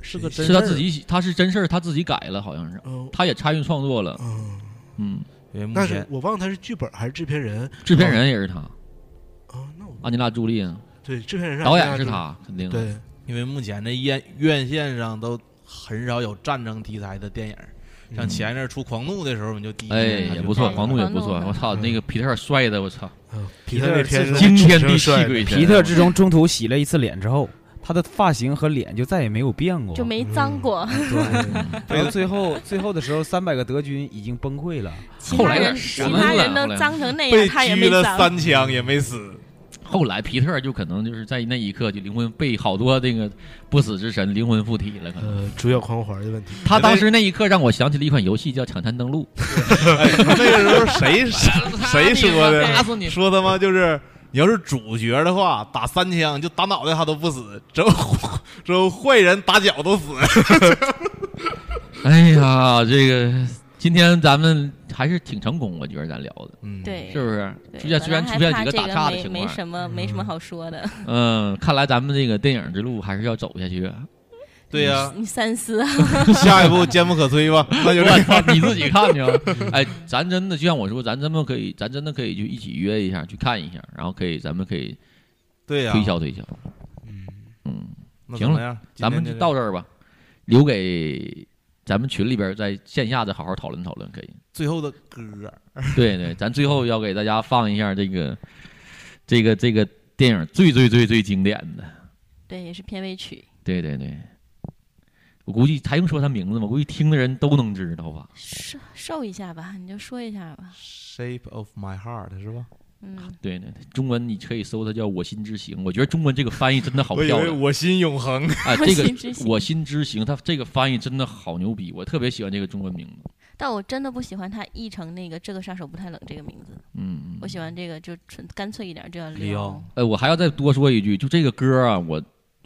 J: 是
I: 个
L: 是他自己，他是真事儿，他自己改了，好像是
J: 嗯，
L: 他也参与创作了。
J: 嗯
L: 嗯，
I: 因为目
J: 但是
I: 前
J: 我忘了他是剧本还是制片人，
L: 制片人也是他，
J: 啊，那我
L: 安吉拉·朱莉啊，
J: 对制片人
L: 导
J: 安
L: 演
J: 吉
L: 是
J: 拉
L: 他，嗯肯定
J: 朱莉对，
I: 因为目前的院院线上都很少有战争题材的电影儿，像前一阵儿出《狂怒》的时候，我们就第一
L: 嗯哎，
I: 眼看
L: 也
I: 就
L: 不错，
I: 看
L: 黄
I: 了
L: 怒也不错。我操，那个皮特尔帅的，我操，
J: 嗯，
M: 皮特那片子
L: 惊天地泣鬼神。
K: 皮特之中中途洗了一次脸之后，他的发型和脸就再也没有变过，
H: 就没脏过。
K: 对，然后最后最后的时候，三百个德军已经崩溃了。
H: 其他人其他人都脏成那哎样，他也没啊脏。
I: 枪也没死。
L: 后来皮特就可能就是在那一刻就灵魂被好多那个不死之神灵魂附体了，可能。
J: 呃，主角狂欢的问题，
L: 他当时那一刻让我想起了一款游戏叫《抢滩 登陆》，
I: 那个时候谁谁说
L: 打死哎你
I: 的？说他妈就是你要是主角的话，打三枪就打脑袋他都不死，只有只有坏人打脚都死。
L: 哎呀，这个今天咱们还是挺成功，我觉得咱聊的，
I: 嗯，
H: 对，
L: 是不是？
H: 对
L: 出现
H: 本
L: 虽
H: 来
L: 然
H: 还怕
L: 出现几个
H: 这
L: 打岔的
H: 没
L: 情
H: 没
L: 况，
H: 什么没什么好说的。
L: 嗯，看来咱们这个电影之路还是要走下 去。
I: 对呀、
L: 嗯
H: 你三思啊，
I: 下一步坚不可摧吧？那就
L: 我
I: 是
L: 操，你自己看去吧。 哎，咱真的就像我说，咱真的可以，咱真的可以就一起约一下去看一下，然后可以，咱们可以
I: 对呀
L: 推销推销。嗯
I: 那怎
L: 行
I: 么
L: 了
I: 样，
L: 咱们
I: 今天这
L: 就
I: 个
L: 到这儿吧，留给咱们群里边儿在线下再好好讨论讨论，可以。
I: 最后的歌儿，
L: 对对，咱最后要给大家放一下这个这个这个电影最最最最经典的，
H: 对，也是片尾曲，
L: 对对对。我估计还用说他名字吗？估计听的人都能知道吧。
H: 受受一下吧，你就说一下吧。
I: Shape of My Heart 是吧？
H: 嗯，
L: 对对对，中文你可以搜它叫《我心之行》，我觉得中文这个翻译真的好
I: 我以
L: 漂
I: 为
L: 亮。
I: 我心永恒
L: 啊，
H: 我
L: 这
H: 心之
L: 个
H: 行
L: 我心之行，它这个翻译真的好牛逼，我特别喜欢这个中文名字。
H: 但我真的不喜欢他译成那个“这个杀手不太冷”这个名字。
L: 嗯嗯，
H: 我喜欢这个就纯干脆一点，就叫
L: 李
H: 李
L: 奥
H: 奥。，
L: 呃，我还要再多说一句，就这个歌啊，我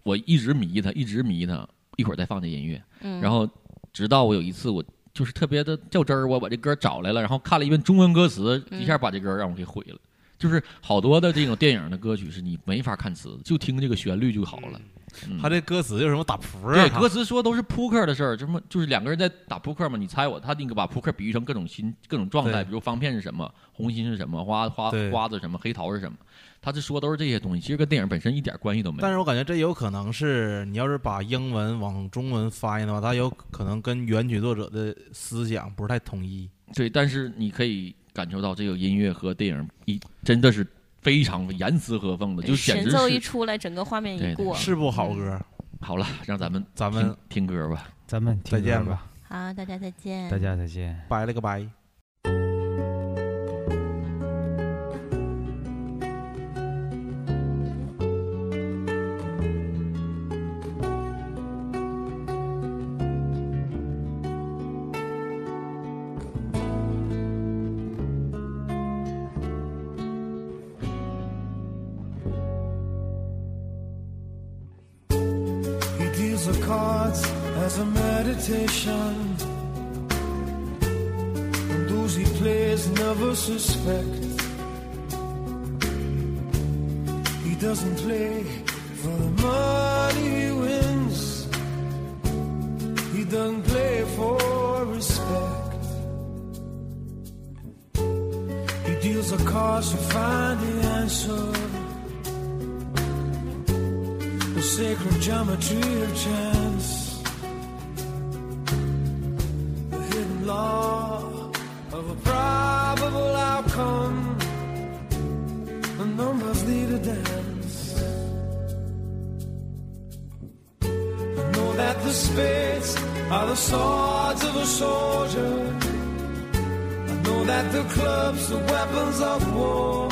L: 我一直迷它，一直迷它，一会儿再放这音乐。
H: 嗯
L: 然后直到我有一次，我就是特别的较真儿，我把这歌找来了，然后看了一遍中文歌词，
H: 嗯
L: 一下把这歌让我给毁了。就是好多的这种电影的歌曲是你没法看词，就听这个旋律就好了。嗯
I: 他这歌词有什么打谱啊？
L: 对，
I: 他
L: 歌词说都是扑克的事儿，什么就是两个人在打扑克嘛，你猜我，他那个把扑克比喻成各种心、各种状态，
I: 对
L: 比如方片是什么，红心是什么，花花
I: 对
L: 瓜子是什么，黑桃是什么，他这说都是这些东西，其实跟电影本身一点关系都没有。
I: 但是我感觉这有可能是你要是把英文往中文翻译的话，它有可能跟原曲作者的思想不是太统一。
L: 对，但是你可以感受到这个音乐和电影一真的是非常严丝合缝的，就简
H: 前
L: 直
H: 奏一
L: 是
H: 出来，整个画面一
L: 对
H: 过，
L: 对
I: 部好
L: 嗯
I: 歌。
L: 好了，让咱们
I: 咱
L: 们听歌吧，
K: 咱们
I: 再见吧，
H: 好，大家再见。
K: 大家再见。
I: 拜了个拜。
J: He deals the cards as a meditation. And those he plays never suspect. He doesn't play for the money he wins. He doesn't play for respect. He deals the cards to find the answer the sacred geometry of chance, the hidden law of a probable outcome. The numbers lead a dance. I know that the spades are the swords of a soldier. I know that the clubs are weapons of war.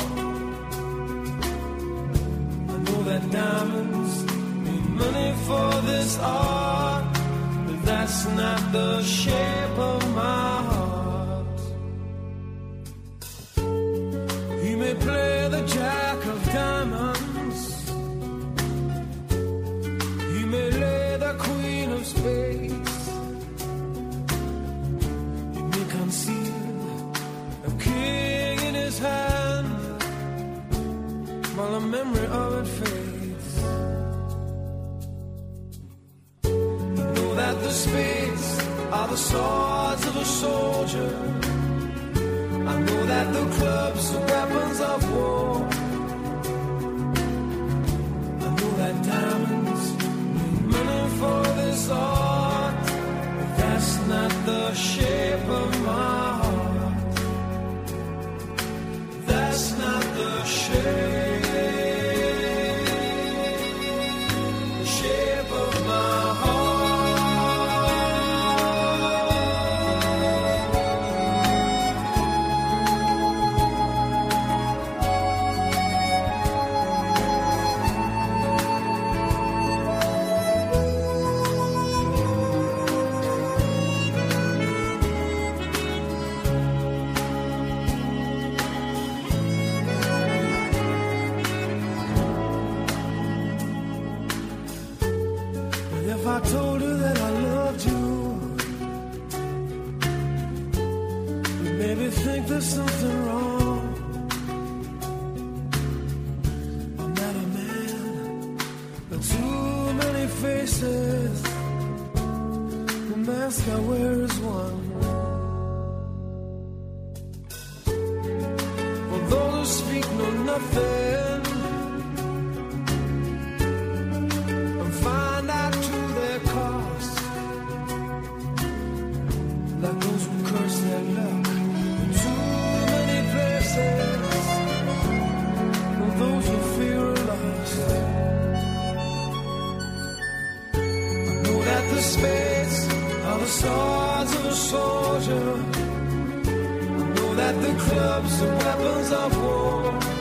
J: I know that diamonds mean money for this art, but that's not the shape of my heart. He may play the jack of diamonds, he may lay the queen of spades, he may conceal a king in his hand while the memory of it fades. I know that the spades are the swords of a soldier. I know that the clubs are weapons of war. I know that diamonds need money for this art, but that's not the shape of my heart. That's not the shape, shape of my heart. But if I told you that I loved you, you maybe think there's something wrong. I'm not a man with too many faces. The mask I wear is one. For those who speak know nothing. that the clubs are weapons of war.